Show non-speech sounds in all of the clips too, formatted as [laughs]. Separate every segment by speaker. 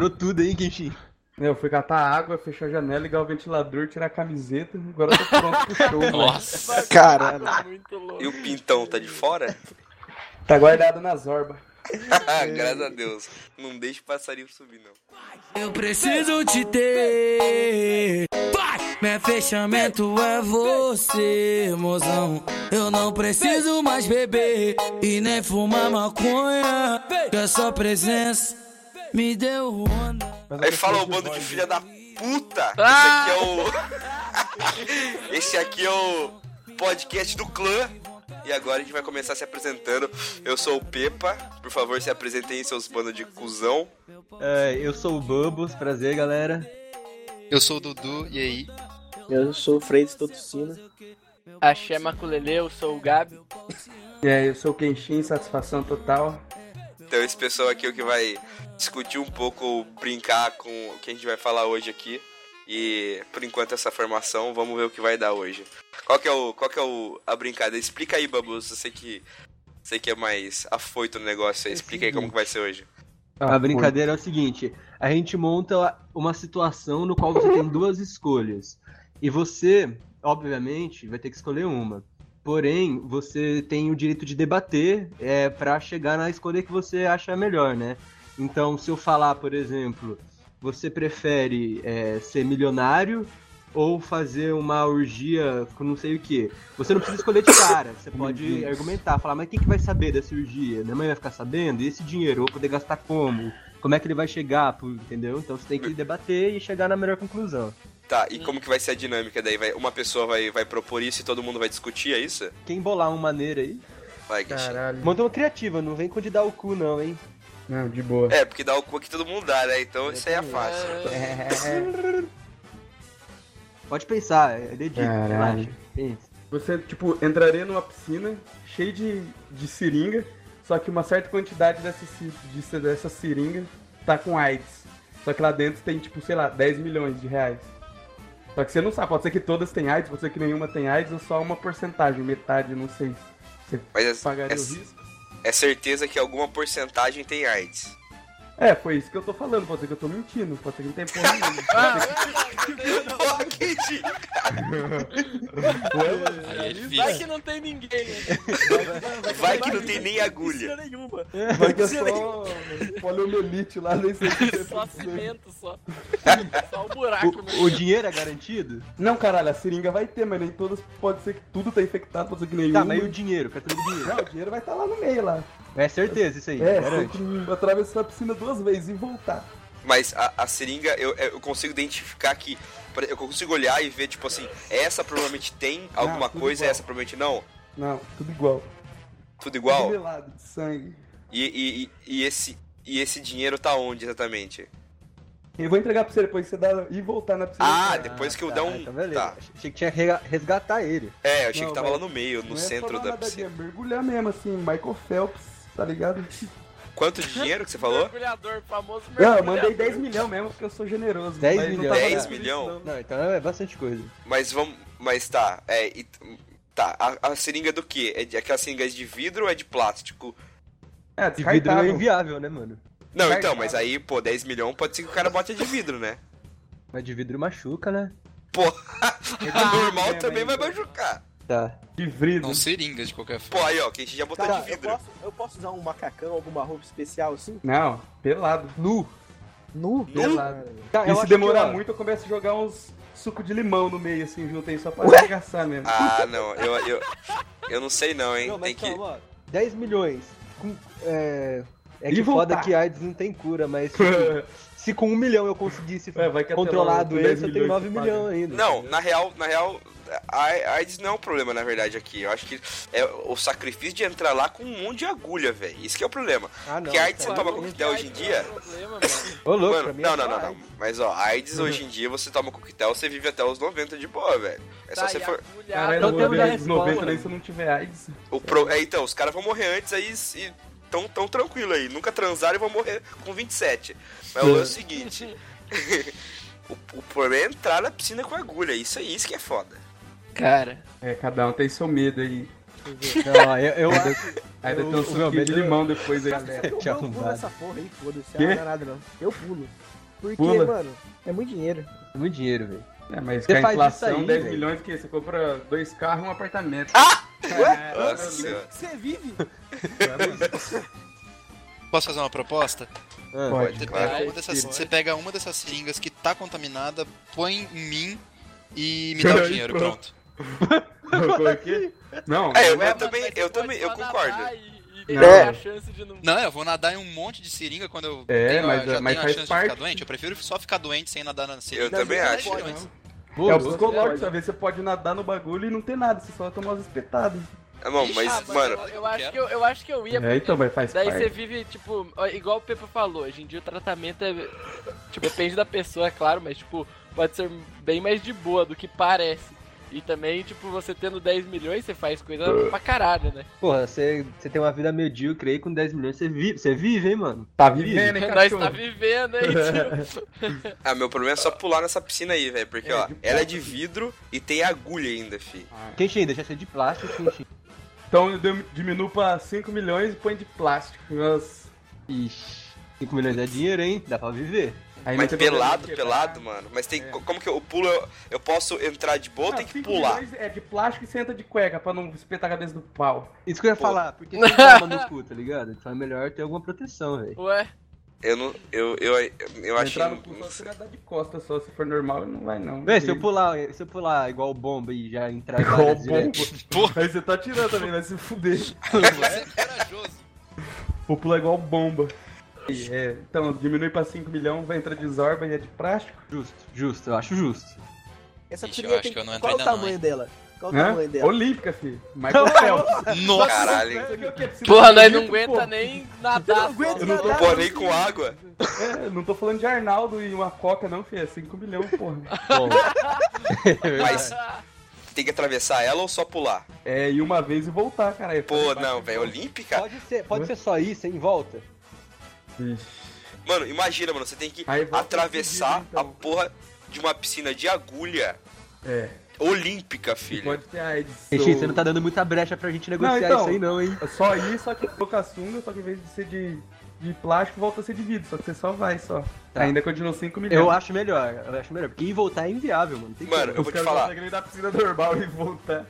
Speaker 1: Quebrou tudo aí, Genshin.
Speaker 2: Eu fui catar água, fechar a janela, ligar o ventilador, tirar a camiseta. Agora eu tô pronto pro show. velho.
Speaker 3: Nossa.
Speaker 4: Caralho.
Speaker 5: Muito louco.
Speaker 3: E o pintão tá de fora?
Speaker 2: Tá guardado nas orbas.
Speaker 3: Ah, Graças a Deus. Não deixe o passarinho subir, não.
Speaker 6: Eu preciso te ter. Vai! Meu fechamento é você, mozão. Eu não preciso mais beber e nem fumar maconha. Que a sua presença me deu um onda.
Speaker 3: Aí fala o bando de filha da puta. Esse aqui é o. [laughs] Esse aqui é o podcast do clã. E agora a gente vai começar se apresentando. Eu sou o Pepa. Por favor, se apresentem seus bandos de cuzão.
Speaker 1: É, eu sou o Bubbles, prazer, galera.
Speaker 7: Eu sou o Dudu, e aí?
Speaker 4: Eu sou o Freitas Totucina.
Speaker 5: Axé Maculele, eu sou o Gabi.
Speaker 2: E aí, eu sou o Kenshin, satisfação total.
Speaker 3: Então esse pessoal aqui é o que vai discutir um pouco, brincar com o que a gente vai falar hoje aqui. E por enquanto essa formação, vamos ver o que vai dar hoje. Qual que é o, qual que é o, a brincadeira? Explica aí, Babu, você que você que é mais afoito no negócio, aí, explica aí como que vai ser hoje.
Speaker 2: Ah,
Speaker 1: A brincadeira é o seguinte: a gente monta uma situação no qual você tem duas escolhas. E você, obviamente, vai ter que escolher uma. Porém, você tem o direito de debater é, para chegar na escolha que você acha melhor, né? Então, se eu falar, por exemplo, você prefere é, ser milionário ou fazer uma orgia com não sei o que? Você não precisa escolher de cara, você pode argumentar, falar, mas quem que vai saber dessa orgia? Minha mãe vai ficar sabendo? E esse dinheiro eu vou poder gastar como? Como é que ele vai chegar, pô, entendeu? Então você tem que debater e chegar na melhor conclusão.
Speaker 3: Tá,
Speaker 2: Hum.
Speaker 3: e como que vai ser a dinâmica daí? Vai, uma pessoa vai, vai propor isso e todo mundo vai discutir, é isso?
Speaker 1: Quem bolar uma maneira aí?
Speaker 3: Vai, Guichê.
Speaker 2: Caralho.
Speaker 1: Monta uma criativa, não vem com de dar o cu não, hein?
Speaker 2: Não, de boa.
Speaker 3: É, porque dá o cu que todo mundo dá, né? Então isso aí é fácil.
Speaker 2: É.
Speaker 1: Pode pensar, é dedico,
Speaker 2: Caralho.
Speaker 1: relaxa. Pensa.
Speaker 2: Você, tipo, entraria numa piscina cheia de, de seringa, só que uma certa quantidade dessa, ci- de- dessa seringa tá com AIDS. Só que lá dentro tem, tipo, sei lá, 10 milhões de reais. Só que você não sabe, pode ser que todas tenham AIDS, pode ser que nenhuma tenha AIDS, ou só uma porcentagem, metade, não sei.
Speaker 3: Mas é,
Speaker 2: Pagaria o
Speaker 3: é,
Speaker 2: risco?
Speaker 3: é certeza que alguma porcentagem tem AIDS.
Speaker 2: É, foi isso que eu tô falando, pode ser que eu tô mentindo, pode ser que não tem porra nenhuma.
Speaker 3: [laughs]
Speaker 2: Pode ser
Speaker 3: Ô, Guichê,
Speaker 7: Aí é
Speaker 5: Vai
Speaker 7: difícil.
Speaker 5: que não tem ninguém.
Speaker 3: Vai que não tem nem agulha.
Speaker 5: nenhuma.
Speaker 2: que- Vai que eu sou poliomielite lá, nem sei se
Speaker 3: [laughs]
Speaker 2: eu
Speaker 5: Só
Speaker 2: preciso.
Speaker 5: cimento, só. Só o buraco mesmo.
Speaker 1: O, o dinheiro é garantido?
Speaker 2: Não, caralho, a seringa vai ter, mas nem todas. Pode ser que tudo tá infectado, pode ser que nenhuma.
Speaker 1: Tá, mas e o dinheiro? Quer saber do dinheiro?
Speaker 2: Não, o dinheiro vai estar lá no meio lá.
Speaker 1: É certeza isso aí,
Speaker 2: É, tem
Speaker 1: garante.
Speaker 2: que atravessar a piscina duas vezes e voltar.
Speaker 3: Mas a, a seringa, eu, eu consigo identificar que. por- Eu consigo olhar e ver, tipo assim, essa provavelmente tem alguma
Speaker 2: Ah, tudo
Speaker 3: coisa,
Speaker 2: igual.
Speaker 3: essa provavelmente não.
Speaker 2: Não, tudo igual.
Speaker 3: Tudo igual.
Speaker 2: Nivelado de sangue.
Speaker 3: E, e- e- e esse, e esse dinheiro tá onde exatamente?
Speaker 2: Eu vou entregar pra você depois você dá e voltar na piscina.
Speaker 3: Ah, depois que eu der um.
Speaker 1: Então beleza.
Speaker 3: Tá.
Speaker 1: Achei que tinha que rega- resgatar ele.
Speaker 3: É, eu achei
Speaker 2: Não,
Speaker 3: que tava
Speaker 2: vai.
Speaker 3: lá no meio, no
Speaker 2: Não é
Speaker 3: centro
Speaker 2: só
Speaker 3: da
Speaker 2: nadadinha,
Speaker 3: piscina.
Speaker 2: Mergulhar mesmo, assim, Michael Phelps, tá ligado?
Speaker 3: Quanto de dinheiro que você falou?
Speaker 5: Mergulhador, famoso
Speaker 2: Não,
Speaker 5: mergulhador.
Speaker 2: eu mandei 10 milhões mesmo, porque eu sou generoso.
Speaker 1: 10
Speaker 2: mas não
Speaker 1: milhão.
Speaker 2: tava
Speaker 3: 10
Speaker 2: nada.
Speaker 3: milhão?
Speaker 1: Não, então é bastante coisa.
Speaker 3: Mas vamos. Mas tá, é. e- tá, a, a seringa do quê? É de, aquela seringa de vidro ou é de plástico?
Speaker 2: É,
Speaker 1: De vidro é
Speaker 2: descartável.
Speaker 1: inviável, né, mano?
Speaker 3: Não, então, mas aí, pô, 10 milhões pode ser que o cara bote a de
Speaker 2: [laughs]
Speaker 3: vidro, né?
Speaker 1: Mas de vidro machuca, né?
Speaker 3: Pô,
Speaker 2: Ah, é,
Speaker 3: a normal também vai
Speaker 2: então.
Speaker 3: machucar.
Speaker 1: Tá.
Speaker 2: De vidro.
Speaker 7: Não seringas, de qualquer forma.
Speaker 3: Pô, aí, ó, que a gente já botou
Speaker 4: Cara,
Speaker 3: de
Speaker 4: eu
Speaker 3: vidro.
Speaker 4: posso, eu posso usar um macacão, alguma roupa especial assim?
Speaker 2: Não, pelado.
Speaker 1: Nu.
Speaker 4: Nu?
Speaker 2: Pelado. Ah,
Speaker 1: Tá,
Speaker 2: E
Speaker 1: eu
Speaker 2: se
Speaker 1: acho
Speaker 2: demorar
Speaker 1: que, ó,
Speaker 2: muito, eu começo a jogar uns suco de limão no meio, assim, junto aí, só pra arregaçar mesmo.
Speaker 3: Ah, não, eu, eu, eu não sei não, hein.
Speaker 4: Não, mas
Speaker 3: Tem que.
Speaker 4: calma,
Speaker 1: 10 milhões. Com- é... é
Speaker 2: E
Speaker 1: que foda
Speaker 2: voltar.
Speaker 1: que AIDS não tem cura, mas tipo, se com um milhão eu conseguisse
Speaker 2: [laughs] É, vai que até
Speaker 1: controlar
Speaker 2: lá,
Speaker 1: a
Speaker 2: com 10
Speaker 1: doença, eu tenho
Speaker 2: milhões
Speaker 1: 9
Speaker 2: você
Speaker 1: milhões
Speaker 2: paga.
Speaker 1: ainda.
Speaker 3: Não, na real, na real, a a AIDS não é um problema, na verdade, aqui. Eu acho que é o sacrifício de entrar lá com um monte de agulha, velho. Isso que é o problema.
Speaker 1: Ah, não.
Speaker 3: Porque a AIDS você
Speaker 1: cara.
Speaker 3: toma coquetel hoje em dia. É
Speaker 5: Problema, mano.
Speaker 1: Ô, louco, pra
Speaker 3: Mano,
Speaker 1: mim
Speaker 3: não,
Speaker 1: é
Speaker 3: não,
Speaker 1: só
Speaker 3: não, não.
Speaker 1: AIDS.
Speaker 3: Mas ó, a AIDS hoje em dia você toma coquetel, você vive até os 90 de boa, velho. É só
Speaker 5: Tá,
Speaker 3: você
Speaker 5: e
Speaker 3: for.
Speaker 5: agulhada.
Speaker 2: Caralho,
Speaker 1: Então
Speaker 2: eu vou
Speaker 1: temos a
Speaker 2: ver os
Speaker 1: resposta.
Speaker 2: 90 nem se eu não tiver AIDS.
Speaker 3: O pro... é, então, os caras vão morrer antes aí e tão, tão tranquilo aí. Nunca transaram e vão morrer com 27. Mas o lance é o seguinte. [laughs] o, o problema é entrar na piscina com agulha. Isso aí, isso que é foda.
Speaker 5: Cara,
Speaker 2: É, cada um tem seu medo aí.
Speaker 1: Não, eu, eu acho.
Speaker 2: Aí
Speaker 1: Eu-
Speaker 2: deve ter
Speaker 1: o
Speaker 2: um
Speaker 1: meu
Speaker 2: suquinho
Speaker 1: medo
Speaker 2: de
Speaker 1: é-
Speaker 2: limão depois aí.
Speaker 4: eu, eu pulo
Speaker 1: arrombado.
Speaker 4: essa porra aí, foda-se,
Speaker 2: Quê?
Speaker 4: ah, não é nada não. Eu pulo. Porque,
Speaker 2: Pula.
Speaker 4: mano, é muito dinheiro.
Speaker 1: É muito dinheiro, velho.
Speaker 2: É, mas
Speaker 1: Você
Speaker 2: com a
Speaker 1: faz
Speaker 2: inflação,
Speaker 1: isso aí,
Speaker 2: 10
Speaker 1: velho.
Speaker 2: milhões, que você compra dois carros e um apartamento. É,
Speaker 4: Ué?
Speaker 2: Caralho,
Speaker 3: Ah! Nossa senhora.
Speaker 4: Você vive?
Speaker 7: Posso fazer uma proposta?
Speaker 1: Ah,
Speaker 2: Pode.
Speaker 7: Você
Speaker 3: Claro.
Speaker 7: pega, uma dessas,
Speaker 5: Pode.
Speaker 7: você pega uma dessas seringas que tá contaminada, põe em mim e me dá o
Speaker 2: Peraí,
Speaker 7: dinheiro,
Speaker 2: pronto.
Speaker 7: pronto.
Speaker 2: Como é que- Não, um
Speaker 3: É, eu-
Speaker 5: Ué, mano,
Speaker 3: também-
Speaker 5: mas você
Speaker 3: eu
Speaker 5: pode
Speaker 3: também- eu
Speaker 5: só nadar
Speaker 3: concordo.
Speaker 5: E, e tem
Speaker 2: Não.
Speaker 5: a chance de não.
Speaker 7: Não, eu vou nadar em um monte de seringa quando eu
Speaker 2: É,
Speaker 7: tenho, a-
Speaker 2: mas- mas
Speaker 7: já tenho
Speaker 2: faz
Speaker 7: a chance de
Speaker 2: parte.
Speaker 7: ficar doente. Eu prefiro só ficar doente sem nadar na seringa.
Speaker 3: Eu também
Speaker 7: Mas
Speaker 3: acho.
Speaker 7: é doente.
Speaker 2: é o
Speaker 1: Boa.
Speaker 2: psicológico, sabe? Você pode nadar no bagulho e não ter nada, você só vai tomar umas espetadas.
Speaker 3: É bom,
Speaker 5: Ah,
Speaker 3: mas, mano,
Speaker 5: eu, eu acho que eu, eu acho que eu ia.
Speaker 2: É, então, mas faz
Speaker 5: Daí você
Speaker 2: parte.
Speaker 5: vive, tipo, ó, igual o Pepa falou, hoje em dia o tratamento é. Tipo, depende da pessoa, é claro, mas tipo, pode ser bem mais de boa do que parece. E também, tipo, você tendo 10 milhões, você faz coisa pra caralho, né?
Speaker 1: Porra, você, você tem uma vida medíocre aí com 10 milhões, você vive, você vive hein, mano?
Speaker 2: Tá vivendo, hein,
Speaker 5: [laughs] Nós tá
Speaker 2: cachorro?
Speaker 5: vivendo, tipo, hein, tio?
Speaker 3: ah, meu problema é só pular nessa piscina aí, velho. Porque,
Speaker 2: É,
Speaker 3: ó,
Speaker 2: de pouco,
Speaker 3: ela é de
Speaker 2: filho.
Speaker 3: vidro e tem agulha ainda, fi.
Speaker 1: Quentinho, deixa ser de plástico, Quentinho.
Speaker 2: Então eu deu- diminuo pra 5 milhões e põe de plástico. Nossa.
Speaker 1: Ixi, 5 milhões é dinheiro, hein? Dá pra viver.
Speaker 2: Aí
Speaker 3: Mas
Speaker 2: você vai
Speaker 3: pelado,
Speaker 2: quebrar.
Speaker 3: pelado, mano. Mas tem.
Speaker 2: É.
Speaker 3: co- Como que eu pulo? Eu, eu posso entrar de boa ou
Speaker 2: Ah,
Speaker 3: tem que
Speaker 2: cinco
Speaker 3: pular?
Speaker 2: milhões É de plástico e senta de cueca pra não espetar a cabeça do pau.
Speaker 1: Isso que eu ia
Speaker 3: Pô.
Speaker 1: falar, porque tem arma [laughs] no cu, tá ligado? Então é melhor ter alguma proteção, velho.
Speaker 5: Ué,
Speaker 3: Eu não. Eu, eu, eu, acho. um
Speaker 2: Entrar no cu só você vai dar de costa só, se for normal não vai não.
Speaker 1: Véi, se eu pular, se eu pular igual bomba e já entrar
Speaker 2: Igual
Speaker 1: várias direto-
Speaker 2: Aí você tá tirando também, vai se fuder.
Speaker 7: Você é corajoso.
Speaker 2: Vou pular igual bomba. E, é, então, diminui pra 5 milhões, vai entrar de zorba e é de plástico.
Speaker 1: Justo, justo, eu acho justo.
Speaker 4: Essa
Speaker 7: Ixi, eu
Speaker 4: pirinha
Speaker 7: acho
Speaker 4: tem...
Speaker 7: que eu não entro
Speaker 4: Qual o
Speaker 7: ainda não,
Speaker 4: tamanho
Speaker 7: hein?
Speaker 4: dela? Qual o
Speaker 2: Hã?
Speaker 4: tamanho dela?
Speaker 2: Olímpica, filho. Michael Phelps.
Speaker 7: Nossa,
Speaker 3: Caralho.
Speaker 2: Isso aqui é o quê?
Speaker 4: tá
Speaker 2: Piscina
Speaker 5: porra,
Speaker 2: de
Speaker 5: nós não
Speaker 2: Egito,
Speaker 5: aguenta
Speaker 2: porra.
Speaker 5: nem
Speaker 4: Eu não
Speaker 5: nadar.
Speaker 4: aguento
Speaker 5: só.
Speaker 2: não
Speaker 4: nadar.
Speaker 3: Não pode nem com água.
Speaker 2: É, não tô falando de Arnaldo e uma coca não, filho. É 5 milhões, porra.
Speaker 1: Bom,
Speaker 3: Mas tem que atravessar ela ou só pular?
Speaker 2: É, e uma vez e voltar, caralho.
Speaker 3: Pô, não, velho. Olímpica?
Speaker 1: pode ser, pode ser só isso, hein? Volta.
Speaker 2: Ixi.
Speaker 3: Mano, imagina, mano. Você tem que
Speaker 2: Aí volta
Speaker 3: atravessar
Speaker 2: fudido, então.
Speaker 3: a porra de uma piscina de agulha
Speaker 2: É,
Speaker 3: olímpica, filho.
Speaker 2: e pode ter AIDS.
Speaker 1: Quentinho,
Speaker 2: ou-
Speaker 1: você não tá dando muita brecha pra gente negociar
Speaker 2: Não, então.
Speaker 1: isso aí não, hein?
Speaker 2: Só ir, só que boca sunga, só que em vez de ser de, de plástico, volta a ser de vidro. Só que você só vai, só.
Speaker 1: Tá.
Speaker 2: Ainda continua 5 milhões.
Speaker 1: Eu acho melhor, eu acho melhor, porque ir e voltar é inviável, mano. Tem
Speaker 3: Mano,
Speaker 1: como.
Speaker 3: eu
Speaker 2: Os
Speaker 3: vou te
Speaker 2: caras
Speaker 3: falar.
Speaker 2: conseguem ir da piscina normal e voltar.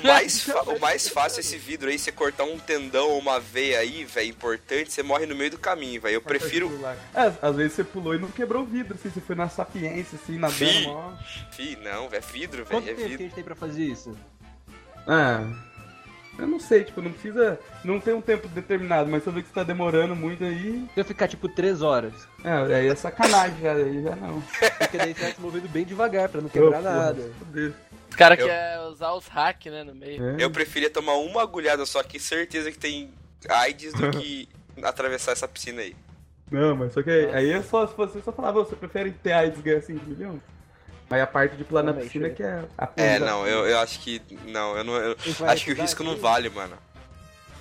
Speaker 3: O mais, fa- o mais fácil é esse vidro aí, você cortar um tendão ou uma veia aí, velho, importante, você morre no meio do caminho, velho.
Speaker 2: [laughs]
Speaker 3: Eu prefiro.
Speaker 2: É, às vezes você pulou e não quebrou o vidro, assim, você foi na sapiência, assim, na
Speaker 3: Sim.
Speaker 2: mó.
Speaker 3: Fih, não, velho, é vidro,
Speaker 1: Quanto
Speaker 3: velho,
Speaker 1: tempo
Speaker 3: é
Speaker 1: que a
Speaker 3: vidro.
Speaker 1: gente tem pra fazer isso?
Speaker 2: Ah. Eu não sei, tipo, não precisa. Não tem um tempo determinado, mas se eu ver que você tá demorando muito aí.
Speaker 1: Se eu ficar tipo 3 horas,
Speaker 2: É, aí é sacanagem, já, aí já não.
Speaker 1: porque daí você vai se movendo bem devagar pra não quebrar
Speaker 2: Ô, porra,
Speaker 1: nada.
Speaker 2: fudeu.
Speaker 5: Os caras
Speaker 3: Eu-
Speaker 5: querem é usar os hacks, né,
Speaker 2: [laughs]
Speaker 5: no meio.
Speaker 2: É.
Speaker 3: Eu preferia tomar uma agulhada só que certeza que tem AIDS do
Speaker 2: [laughs]
Speaker 3: que atravessar essa piscina aí.
Speaker 2: Não, mas só que aí, aí é só se você só falava, você prefere ter AIDS e ganhar 5 milhões? Mas a parte de pular na
Speaker 4: Não, mas
Speaker 2: piscina
Speaker 4: chega.
Speaker 2: que é a
Speaker 3: É, não, eu, eu acho que. Não, eu não. eu acho que o risco não vale, mano.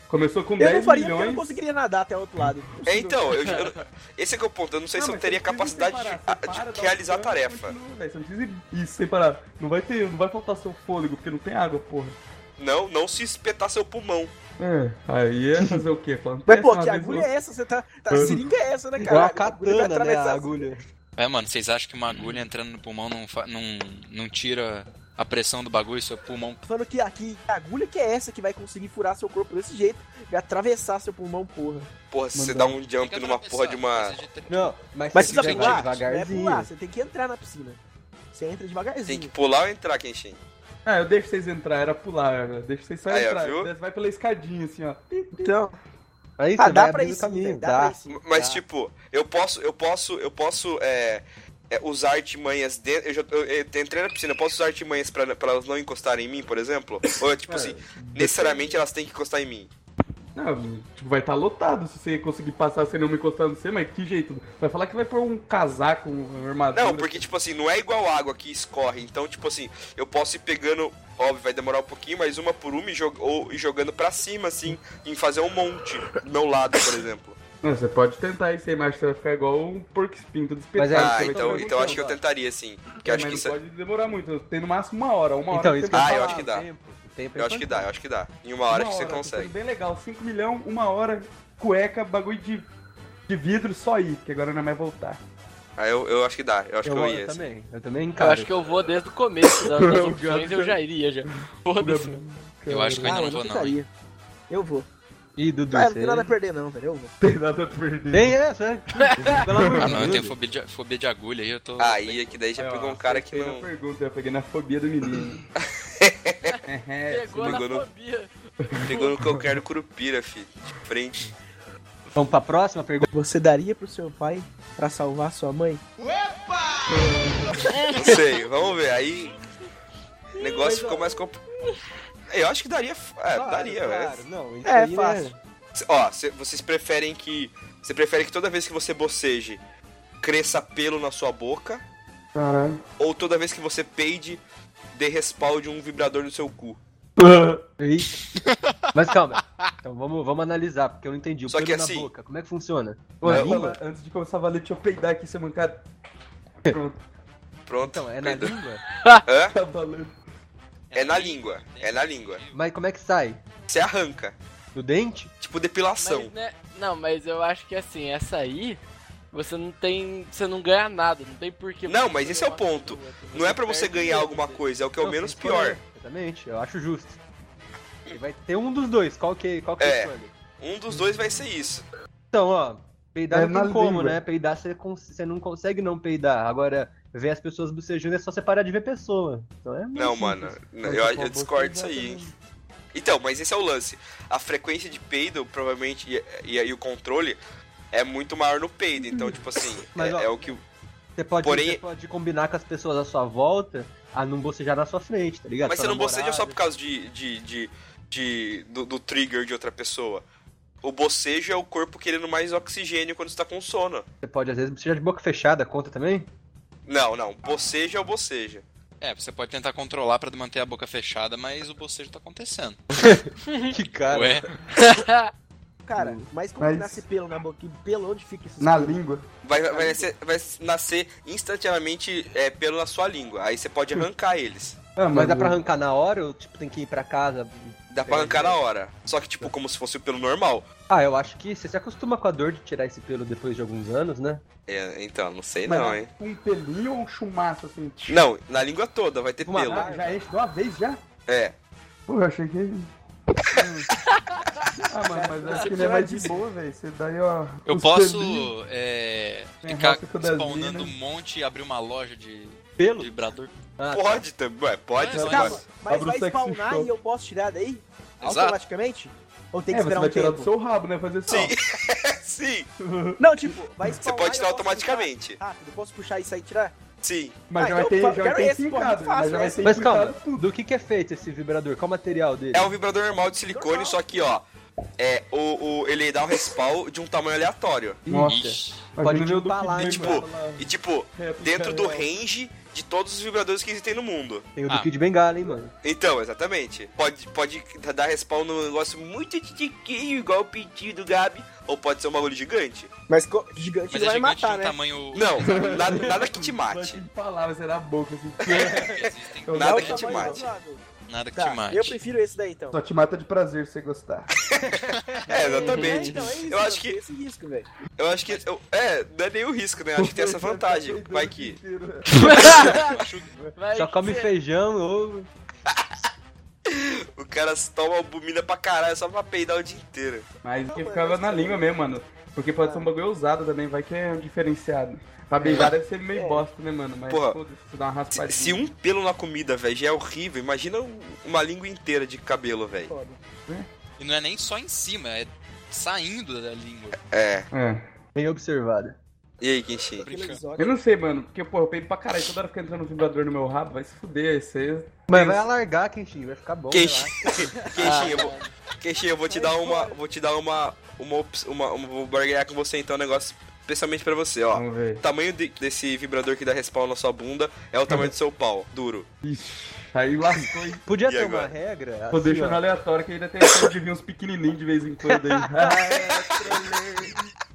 Speaker 2: Começou com
Speaker 4: Eu não
Speaker 2: 10
Speaker 4: faria porque eu
Speaker 2: milhões.
Speaker 4: não conseguiria nadar até o outro lado.
Speaker 3: É, então, eu, eu- esse é que é o ponto. Eu não sei
Speaker 2: Não,
Speaker 3: se eu
Speaker 2: mas
Speaker 3: teria
Speaker 2: você não precisa
Speaker 3: capacidade
Speaker 2: separar,
Speaker 3: de, ah,
Speaker 2: você para, dá
Speaker 3: de
Speaker 2: um
Speaker 3: realizar a
Speaker 2: plano e
Speaker 3: tarefa.
Speaker 2: continua, velho, Você não precisa ir- isso separar. Não vai ter, não vai faltar seu fôlego, porque não tem água, porra.
Speaker 3: Não, não se espetar seu pulmão.
Speaker 2: É, aí
Speaker 4: [laughs]
Speaker 2: é fazer o quê? Falando
Speaker 4: Mas, pô, que agulha
Speaker 2: né?
Speaker 4: é essa? Você tá. tá
Speaker 2: Mano.
Speaker 4: seringa é essa, né,
Speaker 1: É
Speaker 4: cara?
Speaker 1: uma katana, né, a agulha.
Speaker 7: É, mano, vocês acham que uma agulha entrando no pulmão não, fa- não, não tira a pressão do bagulho, seu pulmão?
Speaker 4: Falando que aqui, que agulha que é essa que vai conseguir furar seu corpo desse jeito e atravessar seu pulmão, porra.
Speaker 3: Porra, se você
Speaker 2: Mandar.
Speaker 3: dá um
Speaker 7: Tem que
Speaker 3: jump numa
Speaker 7: atravessar,
Speaker 3: porra de uma.
Speaker 7: coisa de-
Speaker 1: Não, mas,
Speaker 4: Mas
Speaker 1: se você
Speaker 4: você precisa
Speaker 1: vai
Speaker 4: pular? Não é
Speaker 1: devagarzinho.
Speaker 4: pular, você tem que entrar na piscina. Você entra
Speaker 3: Tem
Speaker 4: devagarzinho.
Speaker 3: que pular ou entrar, Kenshin?
Speaker 2: Ah, eu deixo vocês entrar, era pular, velho. Deixa vocês só
Speaker 3: Aí, ó,
Speaker 2: entrar.
Speaker 3: viu?
Speaker 2: Vai pela escadinha, assim, ó.
Speaker 4: Então,
Speaker 1: Aí você
Speaker 4: ah, dá
Speaker 1: vai
Speaker 4: pra
Speaker 1: abrindo o
Speaker 4: isso,
Speaker 1: é caminho,
Speaker 4: velho, dá,
Speaker 1: dá.
Speaker 4: pra isso.
Speaker 3: Mas,
Speaker 4: Dá.
Speaker 3: tipo, eu posso, eu posso, eu posso é, é, usar artimanhas dentro. Eu, já, eu, eu entrei na piscina, eu posso usar artimanhas pra, pra elas não encostarem em mim, por exemplo? Ou, tipo assim, necessariamente elas têm que encostar em mim.
Speaker 2: Não, tipo, vai estar lotado se você conseguir passar sem não me encostar no você, mas que jeito? Vai falar que vai pôr um casaco, uma armadura.
Speaker 3: Não, porque, tipo assim, não é igual água que escorre. Então, tipo assim, eu posso ir pegando, óbvio, vai demorar um pouquinho, mas uma por uma e, jog- ou, e jogando pra cima, assim, em fazer um monte do meu lado, por exemplo.
Speaker 2: Não, você pode tentar isso aí, mas você vai ficar igual um porco espinto
Speaker 1: Mas
Speaker 2: despetado.
Speaker 1: é,
Speaker 3: Ah,
Speaker 2: você vai
Speaker 3: então,
Speaker 2: ficar
Speaker 3: então acho que eu
Speaker 2: igual.
Speaker 3: tentaria, sim. Porque eu acho
Speaker 2: mas
Speaker 3: que
Speaker 2: não
Speaker 3: isso. é
Speaker 2: pode
Speaker 3: Ah,
Speaker 2: demorar muito, tem no máximo uma hora. Uma
Speaker 1: Então,
Speaker 2: hora
Speaker 1: isso
Speaker 2: você
Speaker 1: que
Speaker 3: eu
Speaker 2: vai
Speaker 3: ia
Speaker 1: falar,
Speaker 3: eu acho que dá.
Speaker 1: o tempo- o tempo é
Speaker 3: Eu acho que dá, eu acho que dá. Em uma hora que você
Speaker 2: tá sendo
Speaker 3: consegue.
Speaker 2: Bem legal, 5 milhões, uma hora, cueca, bagulho de, de vidro, só ir, que agora não é mais voltar. [laughs]
Speaker 3: Aí Ah, eu, eu acho que dá, eu acho que eu ia.
Speaker 1: eu
Speaker 3: assim.
Speaker 1: também, eu também
Speaker 5: Eu
Speaker 1: encaro.
Speaker 5: acho que eu vou desde o começo das, das
Speaker 2: O
Speaker 5: opções, eu já iria já. Foda-se. mano.
Speaker 7: Eu acho que eu ainda não vou, não. hein?
Speaker 4: ficaria. Eu vou.
Speaker 1: Ih, Dudu,
Speaker 4: Ah, não
Speaker 1: você-
Speaker 4: tem nada a perder, não, velho. Eu vou.
Speaker 2: Tem nada a perder.
Speaker 1: Tem essa? é? Pelo amor
Speaker 7: Ah,
Speaker 1: de
Speaker 7: não, eu
Speaker 1: Deus.
Speaker 7: tenho fobia de, fobia de agulha aí, eu tô.
Speaker 3: Aí é que daí já
Speaker 2: Aí, ó,
Speaker 3: pegou um cara que
Speaker 2: acertei
Speaker 3: não.
Speaker 2: na pergunta, eu peguei na fobia do menino.
Speaker 3: [laughs]
Speaker 2: [laughs] É, é,
Speaker 5: Pegou na
Speaker 3: Pegou no-
Speaker 5: fobia.
Speaker 3: Pegou no que eu quero curupira, filho. De frente.
Speaker 1: Vamos pra próxima pergunta?
Speaker 4: Você daria pro seu pai pra salvar sua mãe?
Speaker 3: Não sei, vamos ver. Aí. O negócio ficou mais complicado. Eu acho que daria. É, daria, velho.
Speaker 1: Não, isso
Speaker 4: É,
Speaker 1: aí, né?
Speaker 4: fácil.
Speaker 3: Ó, cê- vocês preferem que. Você prefere que toda vez que você boceje, cresça pelo na sua boca?
Speaker 2: Caralho.
Speaker 3: Ou toda vez que você peide, dê respalde um vibrador no seu cu?
Speaker 1: Ih. Mas calma. Então vamos, vamos analisar, porque eu não entendi. O
Speaker 3: Só que
Speaker 1: pelo
Speaker 3: assim-
Speaker 1: na boca, como é que funciona?
Speaker 2: Pô,
Speaker 1: Na
Speaker 2: eu
Speaker 1: língua?
Speaker 2: tava- antes de começar a valer, deixa eu peidar aqui, seu mancado. Pronto,
Speaker 3: Pronto.
Speaker 1: Então, é na
Speaker 3: Perdão.
Speaker 1: língua?
Speaker 3: Hã?
Speaker 2: tá valendo.
Speaker 3: É na língua. É na língua.
Speaker 1: Mas como é que sai?
Speaker 3: Você arranca.
Speaker 1: Do dente?
Speaker 3: Tipo depilação.
Speaker 5: Mas, né, não, mas eu acho que assim, essa aí, você não tem. Você não ganha nada, não tem porquê.
Speaker 3: Não,
Speaker 5: você
Speaker 3: mas esse é o
Speaker 5: fazer uma
Speaker 3: ponto.
Speaker 5: coisa do outro,
Speaker 3: Não é pra você
Speaker 5: perde
Speaker 3: ganhar
Speaker 5: tudo.
Speaker 3: alguma coisa, é o que é o
Speaker 1: Não,
Speaker 3: menos
Speaker 1: tem que escolher.
Speaker 3: pior.
Speaker 1: Exatamente, eu acho justo. E Vai ter um dos dois, qual que, qual que
Speaker 3: É.
Speaker 1: escolhe?
Speaker 3: Um dos dois vai ser isso.
Speaker 1: Então, ó, peidar
Speaker 2: É
Speaker 1: não
Speaker 2: na
Speaker 1: tem como,
Speaker 2: língua.
Speaker 1: né? Peidar você, cons- você não consegue não peidar. Agora, ver as pessoas bocejando é só você parar de ver pessoa. Então é muito
Speaker 3: Não,
Speaker 1: simples. tipo,
Speaker 3: mano,
Speaker 2: Mas com
Speaker 3: eu,
Speaker 2: a boca
Speaker 3: eu discordo disso
Speaker 2: já
Speaker 3: aí, hein?
Speaker 2: também.
Speaker 3: Então, mas esse é o lance. A frequência de peido, provavelmente, e, e, e o controle é muito maior no peido. Então, tipo assim,
Speaker 1: Mas,
Speaker 3: é,
Speaker 1: ó,
Speaker 3: é o que.
Speaker 1: Você pode,
Speaker 3: Porém-
Speaker 1: você pode combinar com as pessoas à sua volta a não bocejar na sua frente, tá ligado?
Speaker 3: Mas
Speaker 1: Sua
Speaker 3: você não boceja só
Speaker 1: namorada.
Speaker 3: por causa de. de, de, de- do, do trigger de outra pessoa. O bocejo é o corpo querendo mais oxigênio quando você tá com sono.
Speaker 1: Você pode, às vezes, bocejar de boca fechada, conta também?
Speaker 3: Não, não. Bocejo é o bocejo.
Speaker 7: É, você pode tentar controlar pra manter a boca fechada, mas o bocejo tá acontecendo.
Speaker 1: que
Speaker 2: [laughs]
Speaker 1: cara.
Speaker 7: Ué,
Speaker 4: Cara, mas como
Speaker 2: Hum, Mas-
Speaker 4: que nasce pelo na boquinha? Pelo onde fica isso?
Speaker 2: Na língua.
Speaker 3: Vai, vai, nascer, vai nascer instantaneamente é, pelo na sua língua. Aí você pode arrancar eles.
Speaker 2: Ah,
Speaker 1: Mas dá pra arrancar na hora ou, tipo, tem que ir pra casa?
Speaker 3: Dá pra arrancar na hora. Só que, tipo, como se fosse o pelo normal.
Speaker 1: Ah, eu acho que você se acostuma com a dor de tirar esse pelo depois de alguns anos, né?
Speaker 3: É, então, não sei
Speaker 2: Mas
Speaker 3: não,
Speaker 2: é
Speaker 3: hein?
Speaker 2: com um pelinho ou um chumaço assim?
Speaker 3: Não, na língua toda vai ter
Speaker 1: Uma
Speaker 3: pelo.
Speaker 1: barba.
Speaker 2: Ah, já enche de uma vez já?
Speaker 3: É.
Speaker 2: Pô, eu achei que. [laughs] ah, mano, mas acho que ele é mais de boa, velho. Você daí, ó.
Speaker 7: eu
Speaker 2: os
Speaker 7: posso
Speaker 2: pelinhos.
Speaker 7: é,
Speaker 2: Tem
Speaker 7: ficar
Speaker 2: roça com o Dazinho,
Speaker 7: spawnando
Speaker 2: né?
Speaker 7: um monte e abrir uma loja de de
Speaker 1: Pelo?
Speaker 7: vibrador.
Speaker 1: Ah, tá.
Speaker 3: Pode também. Ué, pode,
Speaker 7: Não,
Speaker 3: você
Speaker 7: não,
Speaker 4: Calma,
Speaker 3: pode.
Speaker 4: mas
Speaker 2: Abre o
Speaker 4: vai
Speaker 2: sexo
Speaker 4: spawnar
Speaker 2: shop.
Speaker 4: e eu posso tirar daí?
Speaker 7: Exato.
Speaker 4: Automaticamente? Ou tem que
Speaker 2: é, você
Speaker 4: esperar
Speaker 2: vai
Speaker 4: um
Speaker 2: tirar
Speaker 4: tempo?
Speaker 2: do seu rabo, né? Fazer assim. ó.
Speaker 3: [laughs] Sim,
Speaker 4: Não, tipo, vai
Speaker 3: você
Speaker 4: spawnar.
Speaker 3: pode
Speaker 4: e
Speaker 3: tirar
Speaker 4: eu posso
Speaker 3: automaticamente.
Speaker 4: puxar Rápido, eu posso puxar isso aí e tirar?
Speaker 3: Sim.
Speaker 2: Mas
Speaker 4: Ah,
Speaker 2: já vai
Speaker 4: então
Speaker 2: ter,
Speaker 4: eu
Speaker 2: já
Speaker 4: quero
Speaker 2: vai ter
Speaker 4: esse, pô,
Speaker 2: fincado,
Speaker 4: fácil,
Speaker 2: mas já vai
Speaker 4: esse.
Speaker 2: ter
Speaker 1: Mas calma,
Speaker 2: fincado.
Speaker 1: do que, que é feito esse vibrador? Qual o material dele?
Speaker 3: É um vibrador normal de silicone, só que, ó. É, o, o, ele dá um respawn de um tamanho aleatório.
Speaker 2: Nossa,
Speaker 7: Ixi,
Speaker 1: pode
Speaker 2: imagina o meu do
Speaker 1: empalar,
Speaker 2: Kid
Speaker 1: Ai,
Speaker 3: E tipo,
Speaker 2: Bengala lá.
Speaker 3: e tipo,
Speaker 2: Réplica,
Speaker 3: dentro do
Speaker 2: né?
Speaker 3: range de todos os vibradores que existem no mundo.
Speaker 1: Tem o do
Speaker 7: Ah.
Speaker 1: Kid Bengala, hein, mano?
Speaker 3: Então, exatamente. Pode, pode dar respawn num negócio muito titiquinho, igual o pintinho do Gabi. Ou pode ser um bagulho gigante.
Speaker 4: Mas co- gigante
Speaker 7: mas
Speaker 4: não
Speaker 7: é
Speaker 4: vai
Speaker 7: gigante
Speaker 4: matar,
Speaker 7: de um
Speaker 4: né?
Speaker 7: tamanho.
Speaker 3: Não, nada, nada que te
Speaker 2: Vai
Speaker 3: mate.
Speaker 2: te empalar, vai ser na boca, assim.
Speaker 7: Existem
Speaker 2: Eu
Speaker 3: Nada
Speaker 4: É o
Speaker 3: que te
Speaker 4: tamanho
Speaker 3: mate.
Speaker 4: razoável.
Speaker 7: nada que te
Speaker 4: Tá, eu
Speaker 7: mate.
Speaker 4: prefiro esse daí então.
Speaker 2: Só te mata de prazer se você gostar.
Speaker 3: É,
Speaker 4: É,
Speaker 3: exatamente.
Speaker 4: então, é isso,
Speaker 3: Eu acho
Speaker 4: mano,
Speaker 3: que-
Speaker 4: tem Esse risco, velho.
Speaker 3: Eu acho que. eu- é, não é nenhum risco, né? Eu acho que tem essa vantagem. Vai que.
Speaker 5: Vai
Speaker 1: Só come
Speaker 5: ser-
Speaker 1: feijão ou...
Speaker 3: O cara toma albumina pra caralho só pra peidar o dia inteiro.
Speaker 2: Mas que ficava na
Speaker 1: é.
Speaker 2: língua mesmo, mano. Porque pode ser um bagulho usado também, vai que é um diferenciado. Pra beijar deve ser meio
Speaker 4: É.
Speaker 2: bosta, né, mano? Mas
Speaker 3: Porra,
Speaker 2: foda-se, tu dá uma raspadinha.
Speaker 3: Se, se um pelo na comida, velho, já é horrível, imagina um- uma língua inteira de cabelo, velho.
Speaker 4: Foda.
Speaker 7: E não é nem só em cima, é saindo da língua.
Speaker 3: É.
Speaker 2: É.
Speaker 1: Bem observado.
Speaker 3: E aí, Kenshin?
Speaker 4: Aquele
Speaker 7: Brincando.
Speaker 2: Eu
Speaker 4: exótico.
Speaker 2: não sei, mano, porque, pô, eu peido pra caralho, toda hora fica entrando um vibrador no meu rabo, vai se fuder, aí você...
Speaker 1: Mas vai alargar, Kenshin, vai ficar bom.
Speaker 3: Kenshin,
Speaker 1: relaxa.
Speaker 3: Kenshin, eu vou, Kenshin, eu vou te dar uma. Vou te dar uma. Uma, ops- uma, uma Vou barganhar com você então um negócio especialmente pra você, ó.
Speaker 2: Vamos ver.
Speaker 3: O tamanho de- desse vibrador que dá respawn na sua bunda é o tamanho do seu pau, duro.
Speaker 2: Aí lascou, hein?
Speaker 1: Podia
Speaker 3: E
Speaker 1: ter uma
Speaker 3: agora?
Speaker 1: regra, assim,
Speaker 2: Vou deixar
Speaker 1: ó.
Speaker 2: no aleatório que ainda tem a de vir uns pequenininhos de vez em quando
Speaker 1: [laughs]
Speaker 2: aí.
Speaker 1: Ah,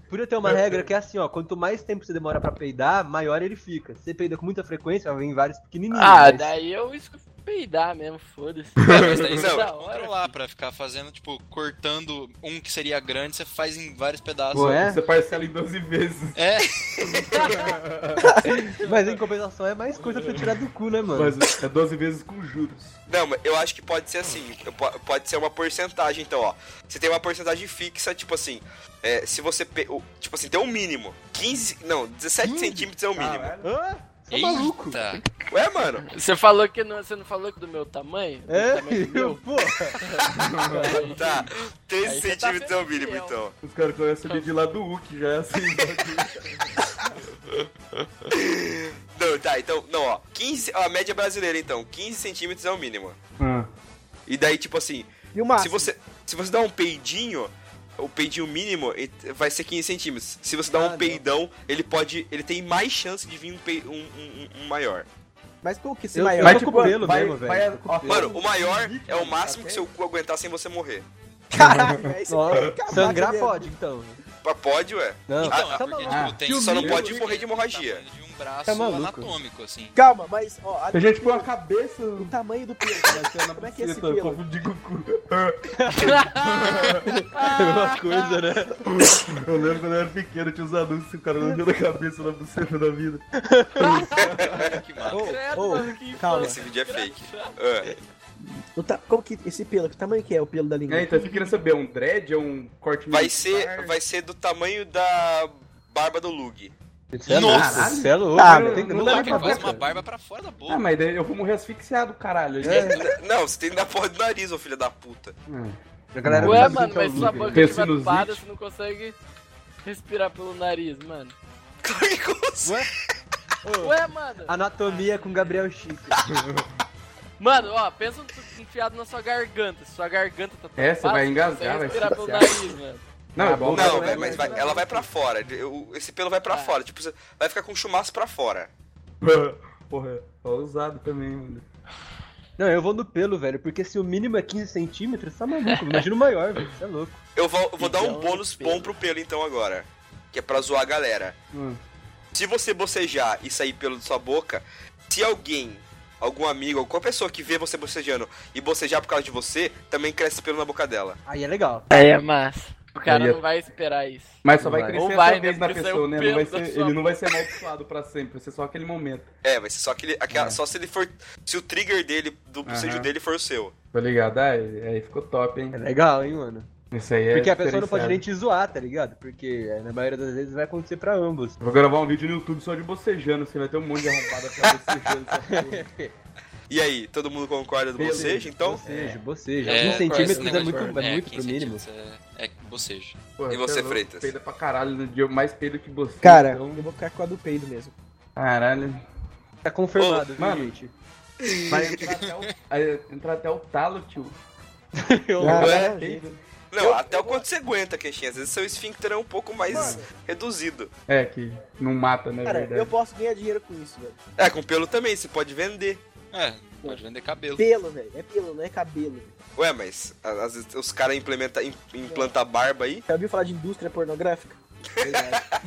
Speaker 1: Podia ter uma [laughs] regra que é assim, ó, quanto mais tempo você demora pra peidar, maior ele fica. Se você peida com muita frequência, vai vir vários pequenininhos.
Speaker 5: Ah,
Speaker 1: mas-
Speaker 5: daí eu esco- peidar mesmo,
Speaker 1: [laughs]
Speaker 5: foda-se.
Speaker 7: É, mas daí você
Speaker 3: Não.
Speaker 1: tá
Speaker 7: tem
Speaker 1: né?
Speaker 7: que controlar pra ficar fazendo, tipo, cortando um que seria grande, você faz em vários pedaços.
Speaker 1: Ué?
Speaker 2: Você parcela em 12 vezes.
Speaker 7: É,
Speaker 1: Mas em compensação é mais coisa pra tirar do cu, né, mano?
Speaker 2: Mas é 12 vezes com juros.
Speaker 3: Não, mas eu acho que pode ser assim. eu po- Pode ser uma porcentagem, então, ó. Você tem uma porcentagem fixa, tipo assim. é, se você. pe- o- Tipo assim, tem um mínimo. 15. Não, 17 centímetros é o mínimo.
Speaker 2: Caralho.
Speaker 1: Hã? Você é
Speaker 7: Eita.
Speaker 1: maluco?
Speaker 5: Ah.
Speaker 3: Ué, mano?
Speaker 5: Você falou que não, você não falou que do meu tamanho? Do
Speaker 1: É? [laughs]
Speaker 5: tamanho do meu?
Speaker 1: Porra!
Speaker 3: Tá. 13
Speaker 5: Aí você tá
Speaker 3: centímetros é o mínimo,
Speaker 5: fiel.
Speaker 3: então.
Speaker 2: Os caras começam a medir lá do Hulk já, assim.
Speaker 1: [laughs]
Speaker 3: Não, tá, então. Não, ó. 15. ó, A média brasileira, então. 15 centímetros é o mínimo.
Speaker 2: ah.
Speaker 3: E daí, tipo assim.
Speaker 4: E o máximo?
Speaker 3: Se você, se você dá um peidinho, o peidinho mínimo e- vai ser 15 centímetros. Se você dá
Speaker 1: Ah,
Speaker 3: um
Speaker 1: não.
Speaker 3: peidão, ele pode. Ele tem mais chance de vir um, pei- um, um- um maior.
Speaker 4: Mas pelo que esse
Speaker 1: Eu-
Speaker 4: maior? é
Speaker 1: eu-
Speaker 2: tipo,
Speaker 1: tô com pelo
Speaker 2: vai-
Speaker 1: mesmo,
Speaker 2: vai-
Speaker 1: velho. Tô com
Speaker 2: ó,
Speaker 1: pelo.
Speaker 3: Mano, o maior é o máximo que seu cu aguentar sem você morrer.
Speaker 4: Caralho,
Speaker 1: [laughs]
Speaker 4: aí você
Speaker 1: Ó,
Speaker 4: tem que acabar
Speaker 1: Sangrar
Speaker 4: com ele.
Speaker 1: pode, então.
Speaker 3: Pra pode, ué.
Speaker 1: Não,
Speaker 7: Então, é
Speaker 1: tá
Speaker 7: porque,
Speaker 1: maluco.
Speaker 2: Ah,
Speaker 7: tipo, tem
Speaker 1: tio
Speaker 7: só não
Speaker 1: Milo,
Speaker 7: pode morrer de hemorragia. De um braço
Speaker 1: Tá maluco.
Speaker 7: anatômico, assim.
Speaker 4: Calma, mas, ó, a- é
Speaker 2: Tem gente põe a cabeça
Speaker 4: o tamanho do pelo.
Speaker 2: na
Speaker 4: Como é que é esse
Speaker 2: buceta, eu
Speaker 4: pelo?
Speaker 2: confundi com o cu.
Speaker 1: [laughs] É a mesma coisa, né?
Speaker 2: Eu lembro quando eu era pequeno, tinha uns anúncios que o cara não deu na cabeça na buceta da vida.
Speaker 7: Que mano.
Speaker 5: Credo,
Speaker 1: Ô, ô,
Speaker 5: mano, que
Speaker 1: calma.
Speaker 3: Esse vídeo é fake. Ah,
Speaker 4: O ta- Como que esse pelo? Que tamanho que é o pelo da língua?
Speaker 2: É, então eu fico querendo saber, é um dread, é um corte
Speaker 3: vai
Speaker 2: militar?
Speaker 3: ser, vai ser do tamanho da barba do Lug.
Speaker 1: Você é
Speaker 7: Nossa.
Speaker 1: louco, você é louco.
Speaker 4: Ah,
Speaker 1: Não tem-
Speaker 2: não
Speaker 1: não
Speaker 2: dá
Speaker 1: dá
Speaker 7: Cara,
Speaker 2: pra
Speaker 1: pra
Speaker 7: faz uma
Speaker 1: boca.
Speaker 7: barba pra fora da boca.
Speaker 2: Ah, mas daí eu vou morrer asfixiado, caralho. É.
Speaker 3: N- Não, você tem que dar porra do nariz, ô filho da puta. [laughs]
Speaker 1: A galera não
Speaker 5: Ué,
Speaker 1: sabe o
Speaker 5: mano,
Speaker 1: que é o
Speaker 5: mas sua
Speaker 1: Luger.
Speaker 2: né?
Speaker 5: boca estiver
Speaker 2: Sinusite.
Speaker 5: tapada, você não consegue respirar pelo nariz, mano.
Speaker 3: Claro é que consegue.
Speaker 5: Ué, mano.
Speaker 1: Anatomia com Gabriel Chico.
Speaker 5: Mano, ó, pensa um tubo enfiado na sua garganta. Se Sua garganta tá tapada,
Speaker 2: É, você vai
Speaker 5: não
Speaker 2: engasgar,
Speaker 5: consegue
Speaker 2: vai
Speaker 5: respirar pelo
Speaker 2: fudaciar.
Speaker 5: nariz, mano.
Speaker 2: Não, é bom.
Speaker 3: Não,
Speaker 1: é, Ah.
Speaker 3: velho,
Speaker 1: mas
Speaker 3: mas vai-
Speaker 1: vai.
Speaker 3: ela vai pra fora. Eu- Esse pelo vai pra fora. Tipo, você vai ficar com um chumaço pra fora.
Speaker 2: [laughs] Porra, é ousado também, mano.
Speaker 1: Não, eu vou no pelo, velho, porque se o mínimo é 15 centímetros, tá maluco. Imagina o maior, velho. Você é louco.
Speaker 3: Eu vou, eu vou dar um
Speaker 5: Então,
Speaker 3: bônus
Speaker 5: pelo.
Speaker 3: bom pro pelo então agora. Que é pra zoar a galera.
Speaker 2: Hum.
Speaker 3: Se você bocejar e sair pelo da sua boca, se alguém, algum amigo, alguma pessoa que vê você bocejando e bocejar por causa de você, também cresce pelo na boca dela.
Speaker 1: Aí é legal.
Speaker 5: Aí é massa. O cara
Speaker 2: Aí é-
Speaker 5: não vai esperar
Speaker 2: [laughs]
Speaker 5: isso.
Speaker 2: Mas só vai
Speaker 1: Vai.
Speaker 2: crescer
Speaker 5: Ou
Speaker 2: essa
Speaker 5: vai, né,
Speaker 2: vez na
Speaker 5: porque saiu
Speaker 2: pessoa, né? Não
Speaker 5: pelo
Speaker 2: vai
Speaker 5: da
Speaker 2: ser,
Speaker 5: sua
Speaker 2: ele não vai ser amaldiçoado pra sempre, vai ser só aquele momento.
Speaker 3: É, vai ser só aquele. Aquela,
Speaker 2: É.
Speaker 3: Só se ele for. Se o trigger dele, do bocejo
Speaker 2: Aham.
Speaker 3: dele for o seu.
Speaker 2: Tá ligado? Ah, aí ficou top, hein?
Speaker 1: É legal, hein, mano.
Speaker 2: Isso aí é
Speaker 1: Porque a pessoa não pode
Speaker 2: diferenciado.
Speaker 1: nem te zoar, tá ligado? Porque é, na maioria das vezes vai acontecer pra ambos.
Speaker 2: Vou gravar um vídeo no YouTube só de bocejando, você vai ter um monte de arrombada pra
Speaker 1: [laughs]
Speaker 2: bocejando essa porra.
Speaker 3: E aí, todo mundo concorda do
Speaker 2: Beleza.
Speaker 3: bocejo, então?
Speaker 1: Bocejo, bocejo.
Speaker 7: É,
Speaker 1: 15
Speaker 7: esse
Speaker 1: centímetros é
Speaker 7: negócio
Speaker 1: muito,
Speaker 7: de barba.
Speaker 1: é muito
Speaker 7: 15
Speaker 1: pro mínimo.
Speaker 7: centímetros É, é bocejo.
Speaker 2: Porra,
Speaker 3: E você,
Speaker 2: é louco,
Speaker 3: Freitas?
Speaker 2: Peida pra caralho no dia, mais peido que você.
Speaker 4: Cara,
Speaker 2: então.
Speaker 4: eu vou ficar com a do peido mesmo.
Speaker 2: Caralho.
Speaker 1: Tá confirmado,
Speaker 2: Ô,
Speaker 1: viu,
Speaker 2: mano.
Speaker 1: gente?
Speaker 2: Vai entrar até o, vai entrar até o talo, tio.
Speaker 1: Eu-
Speaker 4: Ah,
Speaker 3: Ué?
Speaker 4: é, gente.
Speaker 3: Não, até o quanto você aguenta, Quentinha. Às vezes seu esfíncter é um pouco mais reduzido.
Speaker 2: É, que não mata, né,
Speaker 4: Cara,
Speaker 2: verdade.
Speaker 4: eu posso ganhar dinheiro com isso, velho.
Speaker 3: É, com pelo também, você pode vender.
Speaker 7: É, pode vender cabelo.
Speaker 4: Pelo, velho. É pelo, não é cabelo.
Speaker 3: Ué, mas a- às vezes os caras implementam implantam barba aí. [laughs]
Speaker 4: Já ouviu falar de indústria pornográfica?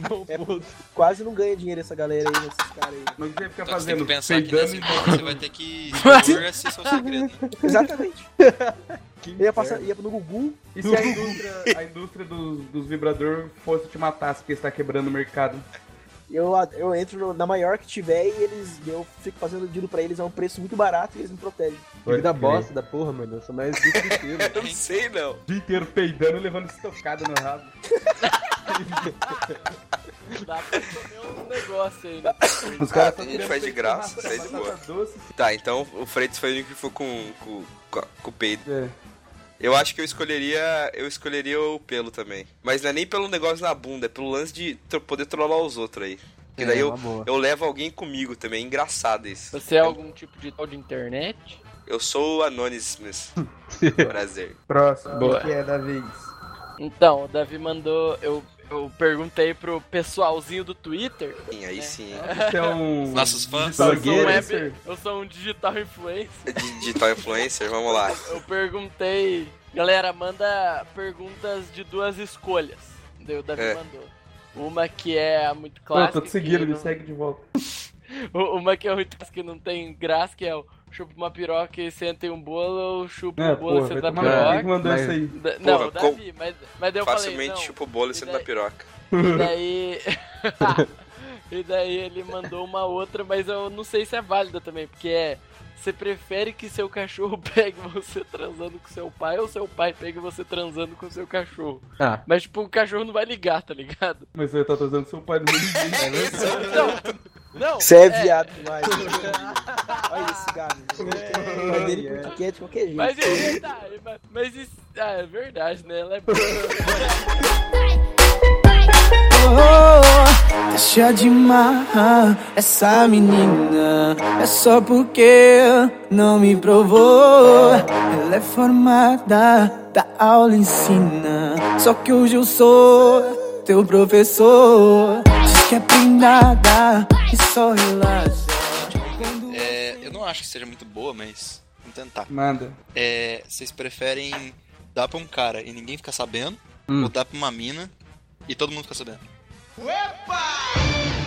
Speaker 1: Bom
Speaker 4: É-
Speaker 1: ponto.
Speaker 4: Quase não ganha dinheiro essa galera aí, esses
Speaker 2: [laughs]
Speaker 4: caras aí.
Speaker 2: Mas você fica
Speaker 7: Então você tem que
Speaker 2: fazendo
Speaker 7: pensar que
Speaker 2: peidando
Speaker 7: nessa
Speaker 2: e
Speaker 7: hipótese [laughs] você vai ter que expor esse seu segredo.
Speaker 4: Exatamente.
Speaker 1: Que
Speaker 4: Eu ia, passar, ia no Gugu,
Speaker 2: E se a
Speaker 7: [laughs]
Speaker 2: indústria, a indústria dos, dos vibradores fosse te matar porque está quebrando o mercado?
Speaker 4: eu, eu entro no- na maior que tiver e eles, eu fico fazendo deal pra eles a um preço muito barato e eles me protegem.
Speaker 1: Filho da bosta da porra, mano. Eu sou mais do que pelo.
Speaker 3: Eu
Speaker 5: Uhum.
Speaker 3: não sei, não.
Speaker 2: O dia inteiro peidando e levando estocada no rabo.
Speaker 5: Dá pra comer um negócio aí, né?
Speaker 2: Os
Speaker 3: caras
Speaker 2: caras
Speaker 3: só querendo faz de peidar, graça, batata- faz de boa. batata Tá, então o Freitas foi o único que foi com, com, com a- com o peido.
Speaker 2: É.
Speaker 3: Eu acho que eu escolheria. Eu escolheria o pelo também. Mas não é nem pelo negócio na bunda, é pelo lance de tro- poder trollar os outros aí. Que daí
Speaker 1: É,
Speaker 3: eu,
Speaker 1: uma
Speaker 2: [laughs]
Speaker 1: boa.
Speaker 3: eu levo alguém comigo também. é Engraçado isso.
Speaker 5: Você é algum tipo de tal de internet?
Speaker 3: Eu sou
Speaker 1: [laughs]
Speaker 3: o Anonymous. Prazer.
Speaker 2: Próximo,
Speaker 5: Boa.
Speaker 2: que é da vez.
Speaker 5: Então, o Davi mandou. Eu, eu perguntei pro pessoalzinho do Twitter.
Speaker 3: Sim, aí sim.
Speaker 2: Então,
Speaker 7: Nossos fãs.
Speaker 2: Digital
Speaker 1: Eu sou um
Speaker 5: Eu,
Speaker 2: influencer.
Speaker 5: web- eu sou um digital influencer.
Speaker 3: Digital influencer, vamos lá.
Speaker 5: Eu perguntei. Galera, manda perguntas de duas escolhas. Daí o Davi
Speaker 3: É.
Speaker 5: mandou. Uma que é a muito
Speaker 2: Pô,
Speaker 5: clássica.
Speaker 2: tô te seguindo,
Speaker 5: que
Speaker 2: me
Speaker 5: não-
Speaker 2: segue de volta.
Speaker 5: Uma que é muito clássica que não tem graça, que é o chupa uma piroca e senta em um bolo, ou chupa
Speaker 2: É,
Speaker 5: um
Speaker 2: porra,
Speaker 5: bolo e
Speaker 2: vai
Speaker 5: senta na
Speaker 2: tomar no cu. Quem que
Speaker 5: piroca.
Speaker 2: mandou
Speaker 1: Mas-
Speaker 2: isso aí?
Speaker 5: Da- não,
Speaker 3: Porra,
Speaker 5: o Davi, mas, mas daí eu falei,
Speaker 3: Facilmente
Speaker 5: não.
Speaker 3: chupa o bolo e senta na
Speaker 5: daí?
Speaker 3: piroca.
Speaker 1: [laughs]
Speaker 5: E daí... [laughs] e daí ele mandou uma outra, mas eu não sei se é válida também, porque é... Você prefere que seu cachorro [laughs] pegue você transando com seu pai ou seu pai pegue você transando com seu cachorro?
Speaker 1: Ah,
Speaker 5: Mas, tipo, o cachorro não vai ligar, tá ligado?
Speaker 2: Mas você tá trazendo seu pai no mundo inteiro, né?
Speaker 5: Não, não.
Speaker 4: Você é viado demais. Olha esse gato. Mas dele com etiqueta de qualquer jeito.
Speaker 5: Mas, é, tá, mas, mas isso... Ah, é verdade, né? Ela é...
Speaker 1: [laughs]
Speaker 6: Oh, deixa de marrar essa menina. É só porque não me provou. Ela é formada, da aula ensina. Só que hoje eu sou teu professor. Diz que é blindada e só relaxa.
Speaker 7: É, eu não acho que seja muito boa, mas vamos tentar.
Speaker 2: Manda.
Speaker 7: É, vocês preferem dar pra um cara e ninguém ficar sabendo,
Speaker 1: Hum.
Speaker 7: ou dar pra uma mina e todo mundo ficar sabendo?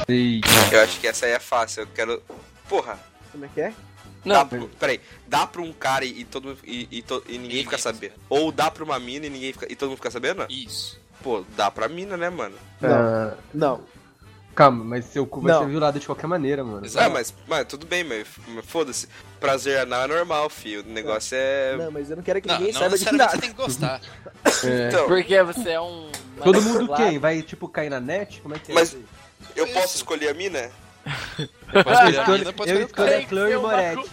Speaker 1: sei.
Speaker 3: Eu acho que essa aí é fácil. Eu quero. Porra,
Speaker 4: Como é que é?
Speaker 3: dá
Speaker 5: Não,
Speaker 3: pro... peraí. Dá pra um cara e, e todo mundo- e, e to- e ninguém
Speaker 7: Ninguém
Speaker 3: fica
Speaker 7: fica
Speaker 3: sabendo. Ou dá pra uma mina e ninguém fica. E todo mundo fica sabendo? né?
Speaker 7: Isso.
Speaker 3: Pô, dá pra mina, né, mano?
Speaker 1: Ah,
Speaker 4: Não.
Speaker 1: calma, mas seu cu vai
Speaker 4: Não.
Speaker 1: ser violado de qualquer maneira, mano.
Speaker 7: Exato.
Speaker 3: Ah, mas, mas tudo bem, mas mas foda-se. Prazer anal é normal, filho. O negócio é.
Speaker 4: Não, mas eu não quero que
Speaker 7: Não,
Speaker 4: ninguém
Speaker 7: não
Speaker 4: saiba de
Speaker 7: necessariamente
Speaker 4: nada.
Speaker 7: [laughs] você tem que
Speaker 4: [laughs]
Speaker 7: gostar.
Speaker 1: É.
Speaker 3: Então,
Speaker 5: porque você é um...
Speaker 1: Todo mundo
Speaker 5: manipulado.
Speaker 1: quem? Vai, tipo, cair na net? Como é que é?
Speaker 3: Mas-
Speaker 1: isso aí?
Speaker 3: eu posso escolher a mina?
Speaker 7: Pode escolher a
Speaker 1: Escolhe-
Speaker 7: mina, pode
Speaker 1: eu
Speaker 7: escolher o
Speaker 1: escolho
Speaker 7: cara.
Speaker 5: Tem
Speaker 1: a
Speaker 5: que
Speaker 1: Chloe
Speaker 5: ser uma
Speaker 1: Moretti.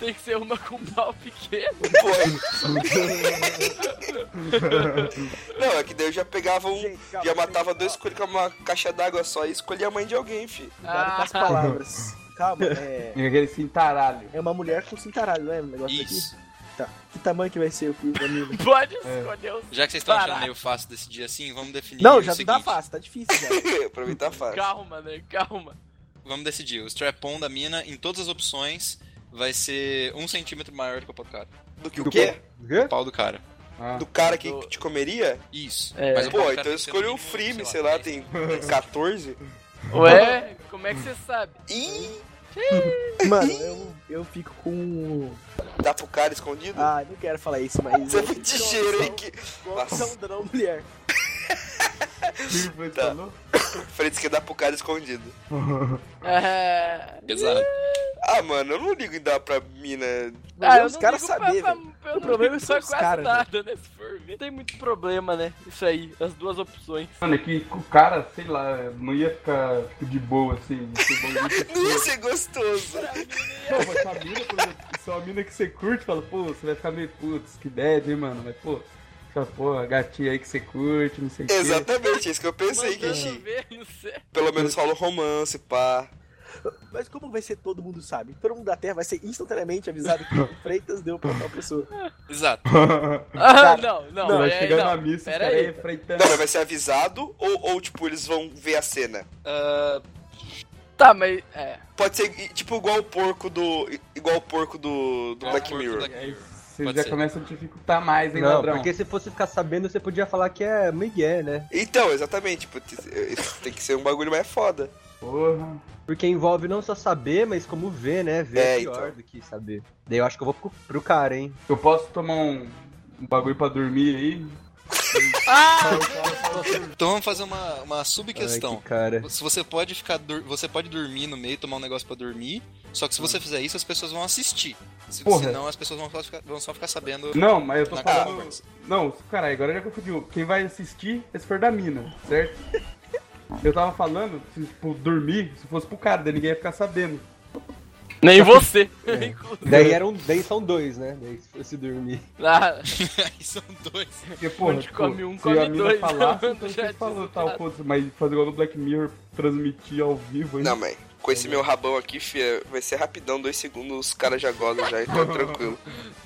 Speaker 5: Tem que ser uma com um pau pequeno.
Speaker 3: Não, é que daí eu já pegava um.
Speaker 4: Gente, calma,
Speaker 3: já matava dois coelhos com uma caixa d'água só e escolhia a mãe de alguém, fi.
Speaker 5: Ah,
Speaker 4: Cuidado com as palavras.
Speaker 7: [laughs]
Speaker 4: Calma, é...
Speaker 2: E aquele assim, cintaralho.
Speaker 4: É uma mulher com cintaralho, não é? Um negócio
Speaker 7: Isso.
Speaker 4: daqui? Tá. Que tamanho que vai ser o fio da mina?
Speaker 5: Pode
Speaker 1: É.
Speaker 5: escolher um. o
Speaker 7: Já que vocês estão achando
Speaker 5: Caraca.
Speaker 7: meio fácil decidir assim, vamos definir
Speaker 4: Não,
Speaker 7: o
Speaker 4: já não
Speaker 7: seguinte.
Speaker 4: dá fácil, tá difícil já.
Speaker 3: pra mim tá fácil.
Speaker 5: Calma, né? Calma.
Speaker 7: Vamos decidir. O strap-on da mina, em todas as opções, vai ser um centímetro maior do que o pau do cara.
Speaker 3: Do que o quê?
Speaker 7: O pau do cara.
Speaker 2: Ah.
Speaker 3: Do cara que
Speaker 5: Do-
Speaker 3: te comeria?
Speaker 7: Isso.
Speaker 5: É.
Speaker 7: Mas o pau do
Speaker 3: Pô,
Speaker 7: cara
Speaker 3: então
Speaker 7: tem
Speaker 3: eu
Speaker 7: que ser um
Speaker 3: escolhi
Speaker 7: no
Speaker 3: o
Speaker 7: mínimo,
Speaker 3: Frime, sei lá,
Speaker 7: dez.
Speaker 3: tem 14?
Speaker 1: Tá
Speaker 5: Ué, como é que você sabe?
Speaker 3: Ih,
Speaker 4: [laughs] Mano, eu, eu fico com. um,
Speaker 3: dá pro cara escondido?
Speaker 4: Ah, não quero falar isso, mas.
Speaker 3: Você me cheiro aí que.
Speaker 4: Opção da não um mulher.
Speaker 5: Ah,
Speaker 2: Tá. Falou?
Speaker 3: Freitas que dá pro cara escondido.
Speaker 5: É...
Speaker 7: Pesado.
Speaker 3: Ah, mano, eu não ligo em dar pra mina.
Speaker 4: Mas é
Speaker 5: Ah, eu
Speaker 4: os
Speaker 5: não
Speaker 4: caras
Speaker 5: ligo pra-
Speaker 4: saber,
Speaker 5: pra-
Speaker 4: velho.
Speaker 5: eu não
Speaker 4: problema é
Speaker 5: ligo
Speaker 4: são
Speaker 5: pra
Speaker 4: os
Speaker 5: quase
Speaker 4: caras,
Speaker 5: nada, né? Se for ver. Tem muito problema, né? Isso aí, as duas opções.
Speaker 2: Mano, é que o cara, sei lá, não ia ficar tipo, de boa assim. Tipo,
Speaker 3: Não ia ser é gostoso.
Speaker 2: [laughs] Não, mas a mina, por exemplo, se é uma mina que você curte, fala, pô, você vai ficar meio putz, que ideia, hein, mano? Mas, pô, fala, pô, a gatinha aí que você curte, não sei o quê.
Speaker 3: Exatamente, é isso que eu pensei,
Speaker 5: Mandando
Speaker 3: Kenji.
Speaker 5: ver, não sei.
Speaker 3: Pelo menos rola um romance, pá.
Speaker 4: Mas como vai ser todo mundo sabe? Todo mundo da Terra vai ser instantaneamente avisado que o Freitas deu pra tal pessoa.
Speaker 7: Exato.
Speaker 5: Ah,
Speaker 4: Cara,
Speaker 5: não, não.
Speaker 2: Você vai
Speaker 5: é,
Speaker 2: chegar
Speaker 5: não.
Speaker 2: na missa, os
Speaker 5: Pera
Speaker 2: caras
Speaker 5: aí.
Speaker 2: aí freitando.
Speaker 3: Não, mas vai ser avisado ou, ou, tipo, eles vão ver a cena?
Speaker 7: Ah,
Speaker 5: Tá, mas. É.
Speaker 3: Pode ser i- tipo igual o porco do. i- Igual o porco do, do
Speaker 7: Igual É, o
Speaker 3: Black
Speaker 7: porco
Speaker 3: Mirror.
Speaker 7: do Black-
Speaker 2: Aí você
Speaker 7: Pode
Speaker 2: já
Speaker 7: ser.
Speaker 2: começa a dificultar mais, hein,
Speaker 1: Não,
Speaker 2: ladrão?
Speaker 1: porque se fosse ficar sabendo, você podia falar que é Miguel, né?
Speaker 3: Então, exatamente, tipo, t- eh, tem que ser um bagulho mais foda.
Speaker 2: Porra.
Speaker 1: Porque envolve não só saber, mas como ver, né? Ver
Speaker 3: É,
Speaker 1: é pior
Speaker 3: então.
Speaker 1: do que saber. Daí eu acho que eu vou pro, pro cara, hein?
Speaker 2: Eu posso tomar um, um bagulho pra dormir aí?
Speaker 7: Então vamos fazer uma, uma
Speaker 1: Ai,
Speaker 7: sub-questão.
Speaker 1: que
Speaker 7: [laughs]
Speaker 1: cara.
Speaker 7: Se você pode ficar dur- você pode dormir no meio, tomar um negócio pra dormir, só que se
Speaker 1: Hum.
Speaker 7: você fizer isso, as pessoas vão assistir. Se,
Speaker 2: Porra.
Speaker 7: senão as pessoas vão só ficar, vão só ficar sabendo.
Speaker 2: Não, mas eu tô
Speaker 7: Na
Speaker 2: falando.
Speaker 7: conversa.
Speaker 2: Não, caralho, agora já confundiu. Quem vai assistir é se for da mina, certo? Eu tava falando, se, tipo, dormir, se fosse pro cara, daí ninguém ia ficar sabendo.
Speaker 5: Nem você. Inclusive.
Speaker 1: Daí, eram, daí são dois, né? Daí se fosse dormir.
Speaker 5: Ah,
Speaker 7: Aí são dois.
Speaker 2: Porque, porra, tipo,
Speaker 5: Onde come um,
Speaker 2: se
Speaker 5: come
Speaker 2: a mina
Speaker 5: dois, [laughs]
Speaker 2: falasse,
Speaker 5: né?
Speaker 2: então
Speaker 5: Já
Speaker 2: você falou
Speaker 5: disse,
Speaker 2: tal
Speaker 5: cara.
Speaker 2: coisa, mas fazer igual no Black Mirror, transmitir ao vivo, hein?
Speaker 3: Não, mas com esse meu rabão aqui, fia, vai ser rapidão, dois segundos, os caras já gozam já, então tranquilo.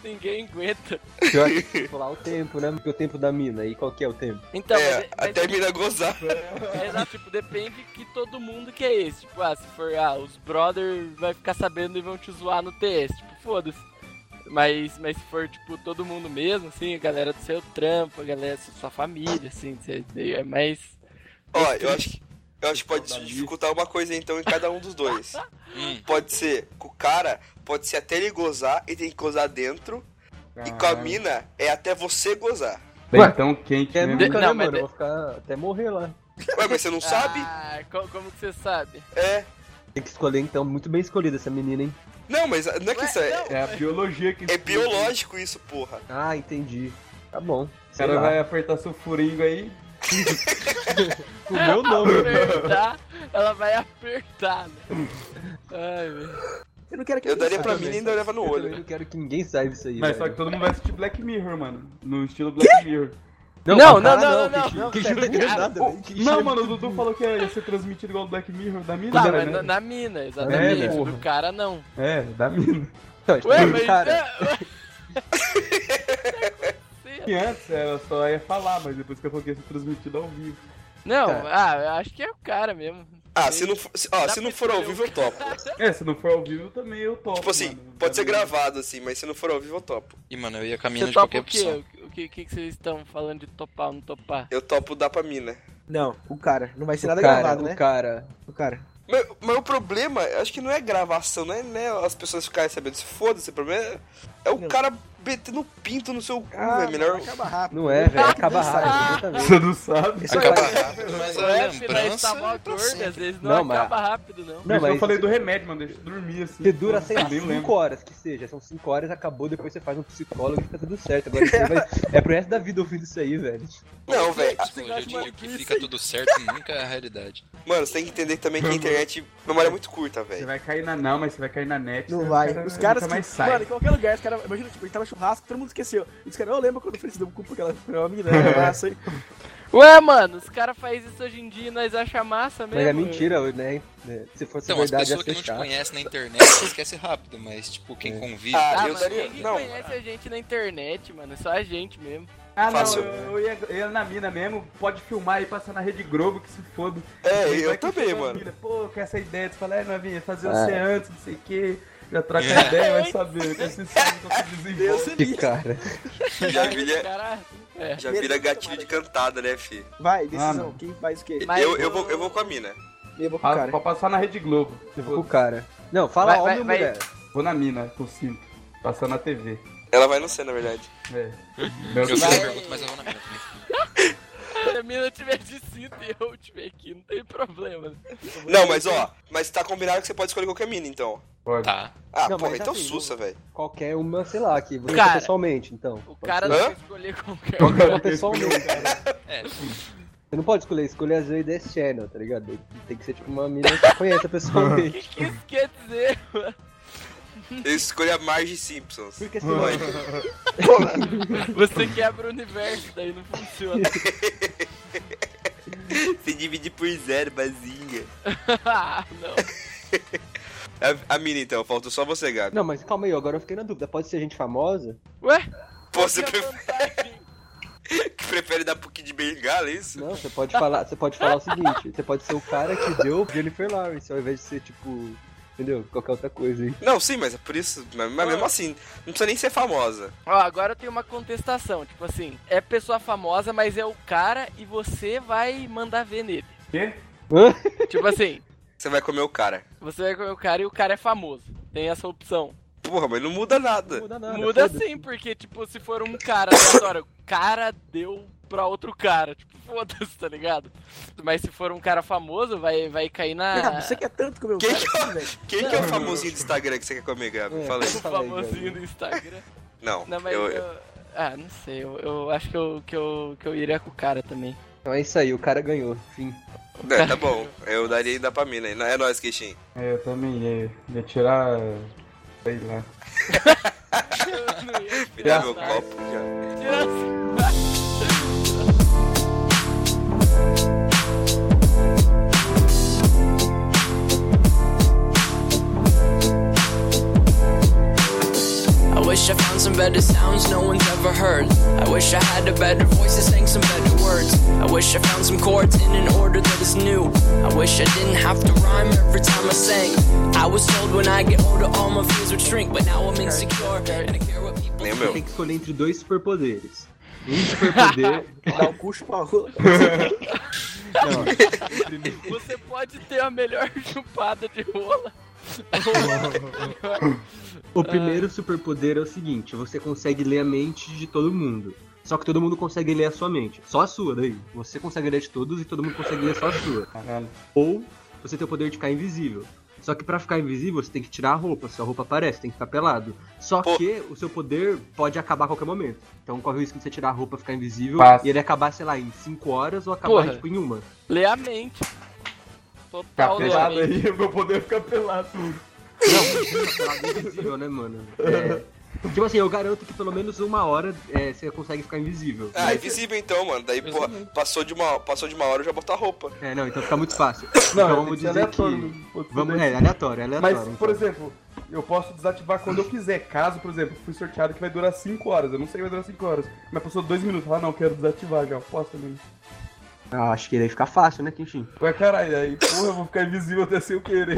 Speaker 5: ninguém aguenta.
Speaker 1: Pior que se falar o tempo, né? Porque o tempo da mina. E qual que é o tempo?
Speaker 5: Então,
Speaker 3: é,
Speaker 5: mas- mas
Speaker 3: até a mina gozar.
Speaker 5: É, [laughs] Exato, tipo, depende que todo mundo que é esse. Tipo, ah, se for, ah, os brothers vai ficar sabendo e vão te zoar no TS. Tipo, foda-se. Mas, mas se for, tipo, todo mundo mesmo, assim, a galera do seu trampo, a galera da sua família, assim, você- é mais...
Speaker 3: Ó, eu acho que. Eu acho que pode dificultar uma coisa então em cada um
Speaker 2: [laughs]
Speaker 3: dos dois.
Speaker 2: Hum.
Speaker 3: Pode ser com o cara, pode ser até ele gozar e tem que gozar dentro. E com a
Speaker 2: Caralho.
Speaker 3: mina é até você gozar.
Speaker 2: Tá então quente
Speaker 1: É
Speaker 2: mesmo.
Speaker 1: nunca, né,
Speaker 5: Não, mas
Speaker 1: mano?
Speaker 5: de-
Speaker 1: Eu vou ficar até morrer lá.
Speaker 3: Ué, mas
Speaker 2: [laughs]
Speaker 3: você não sabe?
Speaker 5: Ah, co- como que você sabe?
Speaker 3: É.
Speaker 1: Tem que escolher, então, muito bem escolhida essa menina, hein?
Speaker 3: Não, mas não é que
Speaker 5: Ué,
Speaker 3: isso é.
Speaker 5: não.
Speaker 2: É a biologia que.
Speaker 3: É biológico isso, porra.
Speaker 1: Ah, entendi. Tá bom.
Speaker 2: O
Speaker 1: Sei
Speaker 2: cara
Speaker 1: lá.
Speaker 2: vai apertar seu furingo aí.
Speaker 1: O meu
Speaker 5: [laughs]
Speaker 1: nome.
Speaker 5: Apertar, ela vai apertar, né? Ai, velho.
Speaker 4: Eu não quero que
Speaker 3: Eu daria
Speaker 4: saia.
Speaker 5: é?
Speaker 3: pra mim e ainda olhava no
Speaker 1: Eu também
Speaker 3: olho.
Speaker 1: não quero que ninguém saiba isso aí.
Speaker 2: Mas só
Speaker 1: velho.
Speaker 2: que todo mundo vai assistir Black Mirror, mano. No estilo Black Mirror.
Speaker 5: Não,
Speaker 1: pra
Speaker 5: não,
Speaker 1: cá
Speaker 5: não, não,
Speaker 1: que-
Speaker 5: não,
Speaker 1: Que
Speaker 5: tá
Speaker 1: jura
Speaker 5: errado.
Speaker 1: granada,
Speaker 2: Oh,
Speaker 1: velho, que
Speaker 2: não,
Speaker 1: jura-
Speaker 2: mano, o Dudu falou que ia ser transmitido igual o Black Mirror da mina,
Speaker 5: Tá,
Speaker 2: né?
Speaker 5: mas na, na mina,
Speaker 2: É,
Speaker 5: exatamente.
Speaker 2: porra.
Speaker 5: do cara, não.
Speaker 2: É, da mina.
Speaker 1: tipo,
Speaker 5: Ué, mas...
Speaker 1: Cara,
Speaker 5: é-
Speaker 2: Que antes ela só ia falar, mas depois que eu falei que ia ser transmitido ao vivo.
Speaker 5: Não,
Speaker 1: Cara.
Speaker 5: ah, eu acho que é o cara mesmo.
Speaker 3: Ah, se não for, se- ó,
Speaker 5: Dá
Speaker 3: se
Speaker 5: pra
Speaker 3: não for ao
Speaker 5: escolher um
Speaker 3: vivo, eu topo.
Speaker 2: É, se não for ao vivo também eu topo.
Speaker 3: Tá. Tipo assim,
Speaker 2: mano.
Speaker 3: pode ser
Speaker 2: Da mina.
Speaker 3: gravado assim, mas se não for ao vivo, eu topo.
Speaker 7: E, mano, eu ia caminhando
Speaker 5: Você
Speaker 7: de
Speaker 5: topa
Speaker 7: qualquer
Speaker 5: o quê?
Speaker 7: opção.
Speaker 5: O, o que, o que que vocês estão falando de topar ou não topar?
Speaker 3: Eu topo dar pra né? mina.
Speaker 4: Não, o cara. Não vai ser
Speaker 1: o
Speaker 4: nada
Speaker 1: cara,
Speaker 4: gravado,
Speaker 1: o
Speaker 4: né?
Speaker 1: cara.
Speaker 4: O cara.
Speaker 3: Mas, mas o problema, eu acho que não é gravação, não é né, as pessoas ficarem sabendo. Se foda-se, o problema é, é o
Speaker 4: Não.
Speaker 3: cara metendo pinto no seu cu, é
Speaker 4: mano,
Speaker 3: melhor.
Speaker 4: Acaba
Speaker 3: [laughs]
Speaker 4: Ah, rápido.
Speaker 1: Não é, velho. Acaba
Speaker 4: Não sabe.
Speaker 1: rápido, exatamente.
Speaker 2: Você não sabe?
Speaker 4: Isso
Speaker 7: Acaba
Speaker 4: vai-
Speaker 7: rápido, mas a
Speaker 5: Ué, afinal, está
Speaker 7: lembrança...
Speaker 5: mó
Speaker 7: é pra
Speaker 5: gordo,
Speaker 7: sempre.
Speaker 5: às vezes não,
Speaker 1: Não, mas-
Speaker 5: acaba rápido, não.
Speaker 2: Não,
Speaker 1: Não,
Speaker 2: mas... Eu
Speaker 1: mas-
Speaker 2: falei do remédio, mano, deixa eu dormir assim.
Speaker 1: Você dura, sei lá,
Speaker 2: Nem
Speaker 1: 5
Speaker 2: lembro.
Speaker 1: horas, que seja. São 5 horas, acabou, depois você faz um psicólogo e fica tudo certo. Agora você [laughs] vai... É pro resto da vida ouvindo isso aí, velho.
Speaker 3: Não, velho.
Speaker 7: Ah, Hoje eu digo que fica tudo certo nunca é a realidade.
Speaker 3: Mano, você tem que entender também que a internet, memória é muito curta,
Speaker 2: Você
Speaker 3: velho.
Speaker 2: vai cair na não, mas você vai cair na net.
Speaker 4: Não
Speaker 2: né?
Speaker 4: vai.
Speaker 2: O cara
Speaker 4: Os caras.
Speaker 2: nunca
Speaker 4: Que,
Speaker 2: mais sai.
Speaker 4: Mano, em qualquer lugar, os caras. Imagina, tipo, a gente tava no churrasco, todo mundo esqueceu. E os caras, eu lembro quando eu fiz do um cu porque ela foi uma mina,
Speaker 2: [laughs]
Speaker 4: né? massa aí.
Speaker 5: Ué, mano, os caras fazem isso hoje em dia e nós achamos massa mesmo.
Speaker 1: Mas é mentira, né? Se fosse
Speaker 7: Então, as
Speaker 1: verdade, é ia
Speaker 7: pessoas que
Speaker 1: ser
Speaker 7: não te
Speaker 1: chato.
Speaker 7: conhecem na internet você esquece rápido, mas, tipo,
Speaker 1: É.
Speaker 7: quem convive...
Speaker 3: Ah,
Speaker 5: Ah,
Speaker 3: eu
Speaker 5: mas
Speaker 3: daria.
Speaker 5: quem que
Speaker 3: Não,
Speaker 5: conhece a gente na internet, mano? É só a gente mesmo.
Speaker 2: Ah, não,
Speaker 3: Fácil.
Speaker 2: eu, eu ia, eu ia na mina mesmo, pode filmar e passar na Rede Globo, que se foda.
Speaker 3: É,
Speaker 2: Vai
Speaker 3: eu
Speaker 2: que
Speaker 3: também,
Speaker 2: chega na
Speaker 3: mano.
Speaker 2: mina, Pô, com essa ideia, tu fala, é, novinha, fazer
Speaker 1: Ah.
Speaker 2: você antes, não sei o quê. Já troca ideia, vai saber. Você sabe como se desenvolve.
Speaker 1: Que cara.
Speaker 3: Já vira,
Speaker 5: Cara, é.
Speaker 3: já vira gatilho de cantada, né, fi?
Speaker 4: Vai, decisão.
Speaker 2: Mano.
Speaker 4: Quem faz o quê?
Speaker 5: Mas
Speaker 3: Eu, eu, vou, eu vou com a mina.
Speaker 4: Eu vou com o
Speaker 2: Ah,
Speaker 4: cara.
Speaker 2: pra passar na Rede Globo.
Speaker 1: Eu vou com o cara. Não, fala
Speaker 5: Vai,
Speaker 1: homem ou
Speaker 5: vai, vai.
Speaker 1: mulher.
Speaker 2: Vou na mina, com cinto. Passar na TV.
Speaker 3: Ela vai no ser, na verdade.
Speaker 2: É.
Speaker 7: Eu
Speaker 2: Meu
Speaker 7: fiz
Speaker 5: Vai.
Speaker 7: a pergunta, mas eu vou na minha.
Speaker 5: [laughs] Se a mina tiver de cinto e eu tiver aqui, não tem problema.
Speaker 3: Não, mas ó, mas tá combinado que você pode escolher qualquer mina, então.
Speaker 2: Pode.
Speaker 7: Tá.
Speaker 3: Ah,
Speaker 1: Não,
Speaker 3: porra,
Speaker 1: mas
Speaker 3: então
Speaker 1: assim,
Speaker 3: sussa, velho.
Speaker 1: Qualquer uma, sei lá, que você
Speaker 5: Cara,
Speaker 1: pessoalmente, então.
Speaker 5: O
Speaker 1: Pode
Speaker 5: cara
Speaker 1: escolher
Speaker 5: não
Speaker 3: Hã?
Speaker 5: vai escolher qualquer
Speaker 2: Qual
Speaker 5: um.
Speaker 2: que é o
Speaker 1: pessoalmente.
Speaker 7: É,
Speaker 1: Você não pode escolher, escolher as vezes channel, tá ligado? Tem que ser tipo uma mina que você conheça
Speaker 5: O
Speaker 1: pessoalmente.
Speaker 5: [laughs] que, que isso quer dizer, mano?
Speaker 3: Eu escolhi a Marge Simpsons.
Speaker 1: Porque senão.
Speaker 3: Vai.
Speaker 5: Você quebra o universo, daí não funciona. [laughs]
Speaker 3: Se dividir por zero, bazinha.
Speaker 5: ah, não.
Speaker 3: A, a mina, então, faltou só você, Gabi.
Speaker 1: Não, mas calma aí, agora eu fiquei na dúvida. Pode ser gente famosa?
Speaker 5: Ué?
Speaker 3: Pô, você
Speaker 5: Que
Speaker 3: prefere,
Speaker 5: vantagem.
Speaker 3: que prefere dar PUC de bengala, é isso?
Speaker 1: Não, você pode falar, você pode falar o seguinte, você pode ser o cara que deu Jennifer Lawrence, ao invés de ser tipo. Entendeu? Qualquer outra coisa aí.
Speaker 3: Não, sim, mas é por isso. Mas, mas mesmo assim, não precisa nem ser famosa.
Speaker 5: Ó, agora tem uma contestação, tipo assim, é pessoa famosa, mas é o cara e você vai mandar ver nele.
Speaker 2: Quê?
Speaker 5: Tipo assim,
Speaker 3: Você vai comer o cara.
Speaker 5: você vai comer o cara e o cara é famoso. Tem essa opção.
Speaker 3: Porra, mas não muda nada.
Speaker 1: muda nada.
Speaker 5: Muda
Speaker 1: foda-se.
Speaker 5: sim, porque, tipo, se for um cara aleatório, o cara deu pra outro cara. Tipo, [laughs] foda-se, tá ligado? Mas se for um cara famoso, vai, vai cair na.
Speaker 4: Cara, você quer tanto comer Ah, o
Speaker 3: Quem
Speaker 4: cara?
Speaker 3: que,
Speaker 4: assim, velho?
Speaker 3: é- quem que é o famosinho do Instagram que você quer comer, Gabi?
Speaker 1: É.
Speaker 3: Fala aí.
Speaker 5: O famosinho do Instagram.
Speaker 3: Não,
Speaker 5: Não, mas
Speaker 3: eu,
Speaker 5: eu. Ah, não sei. Eu, eu acho que eu, que, eu, que eu iria com o cara também.
Speaker 1: Então é isso aí, o cara ganhou. Fim.
Speaker 3: É, tá bom. Eu daria ainda pra mina. aí. É nóis, Queixinho.
Speaker 2: É, eu também ia, ia tirar. Sei lá.
Speaker 5: Eu não ia
Speaker 3: Virar meu
Speaker 5: tirar
Speaker 3: copo já.
Speaker 5: tirar sarro.
Speaker 8: I wish I found some better sounds no one's ever heard. I wish I had a better voice that sang some better words. I wish I found some chords in an order that is new. I wish I didn't have to rhyme every time I sang. I was told when I get older all my fears would shrink, but now I'm insecure and I care what people
Speaker 3: Nem o
Speaker 1: Tem
Speaker 3: meu.
Speaker 1: que escolher entre dois superpoderes. Um superpoder.
Speaker 4: Dá um cu, chupa a rola.
Speaker 5: Você pode ter a melhor [laughs] chupada de rola. ou a melhor-
Speaker 3: Ah.
Speaker 1: O primeiro superpoder é o seguinte: você consegue ler a mente de todo mundo. Só que todo mundo consegue ler a sua mente. Só a sua, daí. Você consegue ler de todos e todo mundo consegue ler só a sua.
Speaker 2: Caralho.
Speaker 1: Ou você tem o poder de ficar invisível. Só que pra ficar invisível, você tem que tirar a roupa. Sua roupa aparece, tem que ficar pelado. Só
Speaker 3: Pô.
Speaker 1: que o seu poder pode acabar a qualquer momento. Então corre o risco de você tirar a roupa, ficar invisível
Speaker 2: Passa.
Speaker 1: e ele acabar, sei lá, em 5 horas ou acabar
Speaker 5: Porra.
Speaker 1: tipo, em uma.
Speaker 5: Lê a mente.
Speaker 2: Ficar
Speaker 5: Total lê a
Speaker 2: pelado
Speaker 5: mente.
Speaker 2: aí, meu poder ficar pelado.
Speaker 1: Não, invisível, né, mano? É, tipo assim, eu garanto que pelo menos uma hora é, você consegue ficar invisível.
Speaker 3: Ah, é visível então, mano. Daí, porra, passou de uma, passou de uma hora eu já botar roupa.
Speaker 1: É, [coughs] não, então fica muito fácil.
Speaker 2: Não,
Speaker 1: então
Speaker 2: tem
Speaker 1: vamos
Speaker 2: que ser
Speaker 1: dizer que.
Speaker 2: aleatório, não pode ser
Speaker 1: Vamos,
Speaker 2: desse.
Speaker 1: é, aleatório, é
Speaker 3: Tá
Speaker 1: aleatório.
Speaker 2: Mas, por
Speaker 3: então.
Speaker 2: exemplo, eu posso desativar quando eu quiser. Caso, por exemplo, fui sorteado que vai durar 5 horas. Eu não sei que vai durar 5 horas. Mas passou 2 minutos. Ah, não, quero desativar já. Eu posso também.
Speaker 1: Ah, acho que daí fica fácil, né, Kenshin?
Speaker 2: Ué, caralho, aí, porra, eu vou ficar invisível até sem eu querer.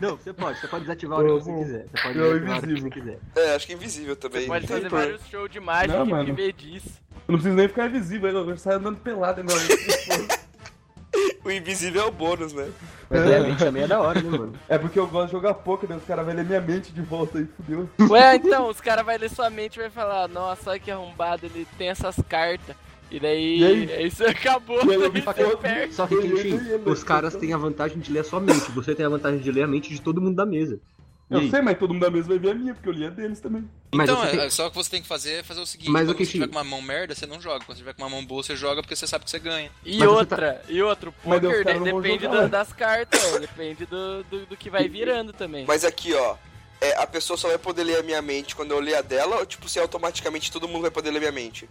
Speaker 1: Não, você pode, você pode desativar a hora que você quiser. Você pode desativar
Speaker 2: Eu
Speaker 1: a hora que você
Speaker 2: invisível.
Speaker 1: quiser.
Speaker 3: É, acho que é invisível também.
Speaker 5: Pode fazer vários shows de mágica
Speaker 2: Não,
Speaker 5: e
Speaker 2: mano.
Speaker 5: viver disso.
Speaker 2: Eu não preciso nem ficar invisível, eu saio andando pelado. Meu.
Speaker 3: O invisível é o bônus, né?
Speaker 1: Mas realmente também é da hora, né, mano?
Speaker 2: É porque eu gosto de jogar poker, né? Os caras vão ler minha mente de volta aí, fudeu.
Speaker 5: Ué, então, os caras vão ler sua mente e vai falar, nossa, olha que arrombado, ele tem essas cartas. E daí,
Speaker 2: E aí?
Speaker 5: aí isso [laughs] acabou,
Speaker 2: E aí,
Speaker 5: daí
Speaker 2: só
Speaker 5: você
Speaker 2: que-
Speaker 5: perde.
Speaker 1: Só que, Kenshin, os caras têm a vantagem de ler a sua mente. Você tem a vantagem de ler a mente de todo mundo da mesa. E
Speaker 2: Eu
Speaker 1: aí?
Speaker 2: sei, mas todo mundo da mesa vai ver a minha, porque eu li a deles também.
Speaker 1: Mas
Speaker 7: então,
Speaker 1: você tem-
Speaker 7: é, só o que você tem que fazer é fazer o seguinte:
Speaker 1: Mas o
Speaker 7: quando
Speaker 1: que
Speaker 7: você
Speaker 1: que-
Speaker 7: tiver com uma mão merda, você não joga. Quando você tiver com uma mão boa, você joga porque você sabe que você ganha.
Speaker 1: Mas
Speaker 5: E
Speaker 1: você
Speaker 5: outra, e outro, o
Speaker 2: tá Mas Deus,
Speaker 5: poker
Speaker 2: cara,
Speaker 5: de-
Speaker 2: eu não vou
Speaker 5: depende
Speaker 2: jogar,
Speaker 5: da-
Speaker 2: ué.
Speaker 5: das cartas, ó, depende do, do, do que vai virando também.
Speaker 3: Mas aqui, ó. é, a pessoa só vai poder ler a minha mente quando eu ler a dela, ou tipo, se automaticamente todo mundo vai poder ler minha mente?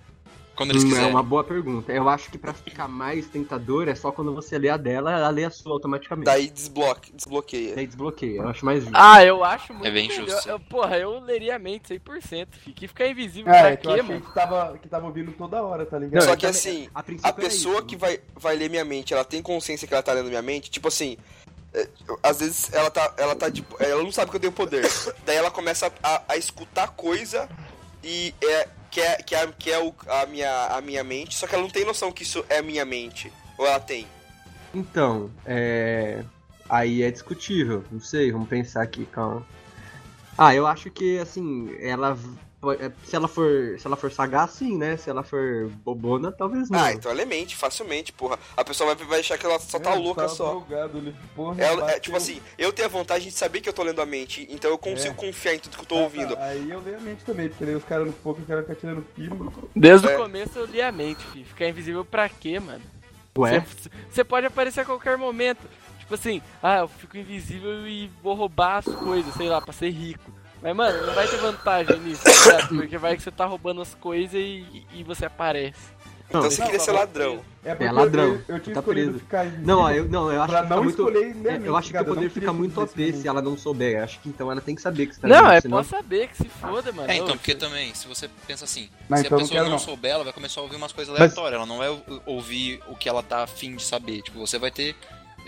Speaker 7: Quando eles
Speaker 1: Hum, é
Speaker 7: quiserem.
Speaker 1: uma boa pergunta. Eu acho que pra ficar mais tentador é só quando você lê a dela, ela lê a sua automaticamente.
Speaker 3: Daí desbloque, desbloqueia.
Speaker 1: Daí desbloqueia, eu acho mais justo.
Speaker 5: Ah, eu acho muito
Speaker 7: É bem
Speaker 5: melhor.
Speaker 7: justo.
Speaker 5: Eu- porra, eu leria a mente 100%, fi. Que ficar invisível
Speaker 2: Ah,
Speaker 5: pra
Speaker 2: é que eu
Speaker 5: quê,
Speaker 2: achei
Speaker 5: mano?
Speaker 2: que tava, que tava ouvindo toda hora, tá ligado?
Speaker 1: Não,
Speaker 3: Só
Speaker 1: eu
Speaker 3: que
Speaker 1: também-
Speaker 3: assim,
Speaker 1: a, princípio
Speaker 3: A
Speaker 1: era
Speaker 3: pessoa
Speaker 1: isso.
Speaker 3: que vai, vai ler minha mente, ela tem consciência que ela tá lendo minha mente? Tipo assim, é, às vezes ela tá, ela tá tipo, ela não sabe que eu tenho poder. Daí ela começa a, a escutar coisa e é que é, que é, que é o- a, minha, a minha mente, só que ela não tem noção que isso é minha mente. Ou ela tem.
Speaker 1: Então, é. Aí é discutível. Não sei, vamos pensar aqui, calma. Ah, eu acho que assim, ela. v- po- é, Se ela for. Se ela for sagaz, sim, né? Se ela for bobona, talvez não.
Speaker 3: Ah, então ela é mente, facilmente, porra. A pessoa vai, vai achar que ela só tá
Speaker 2: É,
Speaker 3: louca
Speaker 2: tava
Speaker 3: só.
Speaker 2: drogado ali, porra,
Speaker 3: Ela, é,
Speaker 2: bateu.
Speaker 3: tipo assim, eu tenho a vantagem de saber que eu tô lendo a mente, então eu consigo confiar em tudo que eu tô
Speaker 2: Ah,
Speaker 3: ouvindo.
Speaker 2: Aí eu leio a mente também, porque daí os caras no pouco, os caras ficam tirando pino.
Speaker 5: Desde
Speaker 3: É.
Speaker 5: o começo eu li a mente, fi. Ficar invisível pra quê, mano?
Speaker 1: Ué?
Speaker 5: Você pode aparecer a qualquer momento. Tipo assim, ah, eu fico invisível e vou roubar as coisas, sei lá, pra ser rico. Mas, mano, não vai ter vantagem nisso, tá ligado? porque vai que você tá roubando as coisas e, e você aparece.
Speaker 3: Então
Speaker 1: Não,
Speaker 3: você
Speaker 2: não,
Speaker 3: queria
Speaker 2: não,
Speaker 3: ser
Speaker 2: não.
Speaker 3: ladrão.
Speaker 2: É, porque
Speaker 1: ladrão,
Speaker 2: Eu, eu tinha
Speaker 1: tá
Speaker 2: escolhido
Speaker 1: preso.
Speaker 2: ficar invisível
Speaker 1: Não, eu, não, eu acho
Speaker 2: pra
Speaker 1: que
Speaker 2: não
Speaker 1: fica muito.
Speaker 2: escolher ler a
Speaker 1: é,
Speaker 2: mente,
Speaker 1: eu acho que
Speaker 2: cara,
Speaker 1: o poder
Speaker 2: não queria
Speaker 1: fica muito
Speaker 2: desse
Speaker 1: OP se
Speaker 2: momento.
Speaker 1: ela não souber. Eu acho que então ela tem que saber que você tá
Speaker 5: Não,
Speaker 1: lendo,
Speaker 5: é
Speaker 1: senão-
Speaker 5: pra saber que se foda, mano.
Speaker 7: É, então,
Speaker 5: Não,
Speaker 7: porque também, se você pensa assim,
Speaker 2: Mas
Speaker 7: se
Speaker 2: então eu
Speaker 7: a
Speaker 2: não
Speaker 7: pessoa
Speaker 2: quero,
Speaker 7: não,
Speaker 2: não.
Speaker 7: souber, ela vai começar a ouvir umas coisas
Speaker 2: Mas-
Speaker 7: aleatórias, ela não vai ou- ouvir o que ela tá afim de saber. Tipo, você vai ter.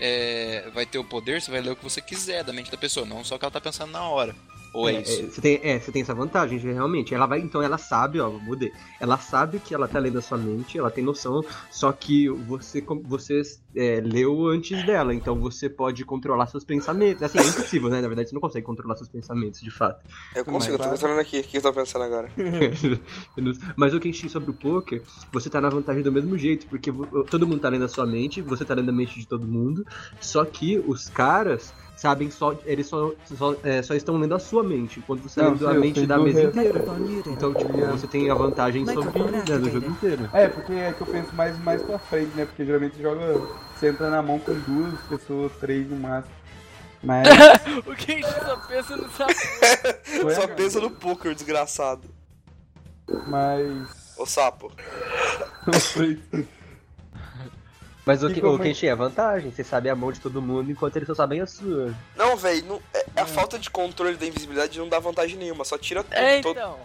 Speaker 7: é, vai ter o poder, você vai ler o que você quiser da mente da pessoa, não só o que ela tá pensando na hora. Ou é,
Speaker 1: É,
Speaker 7: isso.
Speaker 1: é, você tem, é, você tem essa vantagem, realmente. Ela vai, então, ela sabe, ó, mudei. Ela sabe que ela tá lendo a sua mente, ela tem noção, só que você, com- você é, leu antes dela, então você pode controlar seus pensamentos. Assim, é impossível, né? Na verdade, você não consegue controlar seus pensamentos, de fato. [laughs]
Speaker 3: Eu consigo, eu tô
Speaker 2: claro.
Speaker 3: pensando aqui, o que eu tô pensando agora?
Speaker 1: Eu não- Mas o Kenshin sobre o poker, você tá na vantagem do mesmo jeito, porque vo- todo mundo tá lendo a sua mente, você tá lendo a mente de todo mundo, só que os caras sabem só, eles só, só, é, só estão lendo a sua mente, enquanto você tá
Speaker 2: Não,
Speaker 1: lendo
Speaker 2: sim,
Speaker 1: a
Speaker 2: eu
Speaker 1: mente
Speaker 2: sei,
Speaker 1: da
Speaker 2: do
Speaker 1: mesa
Speaker 2: resto.
Speaker 1: inteira. Então, tipo, você tem a vantagem sobre né, do jogo inteiro.
Speaker 2: É, porque é que eu penso mais, mais pra frente, né? Porque geralmente você joga. Você entra na mão com duas pessoas, três no máximo. Mas.
Speaker 5: [laughs] O que a gente só pensa no sabe.
Speaker 2: Ué,
Speaker 3: Só
Speaker 2: cara,
Speaker 3: pensa no poker, desgraçado.
Speaker 5: [laughs]
Speaker 2: Mas. [laughs]
Speaker 3: Ô sapo.
Speaker 2: não sei.
Speaker 1: Mas o,
Speaker 2: E
Speaker 1: Ke-
Speaker 2: como
Speaker 1: o
Speaker 2: é-
Speaker 1: Kenshin é vantagem, você sabe a mão de todo mundo, enquanto eles só sabem a sua.
Speaker 3: Não, velho, a falta de controle da invisibilidade não dá vantagem nenhuma, só tira tudo.
Speaker 5: É,
Speaker 3: todo-
Speaker 5: então.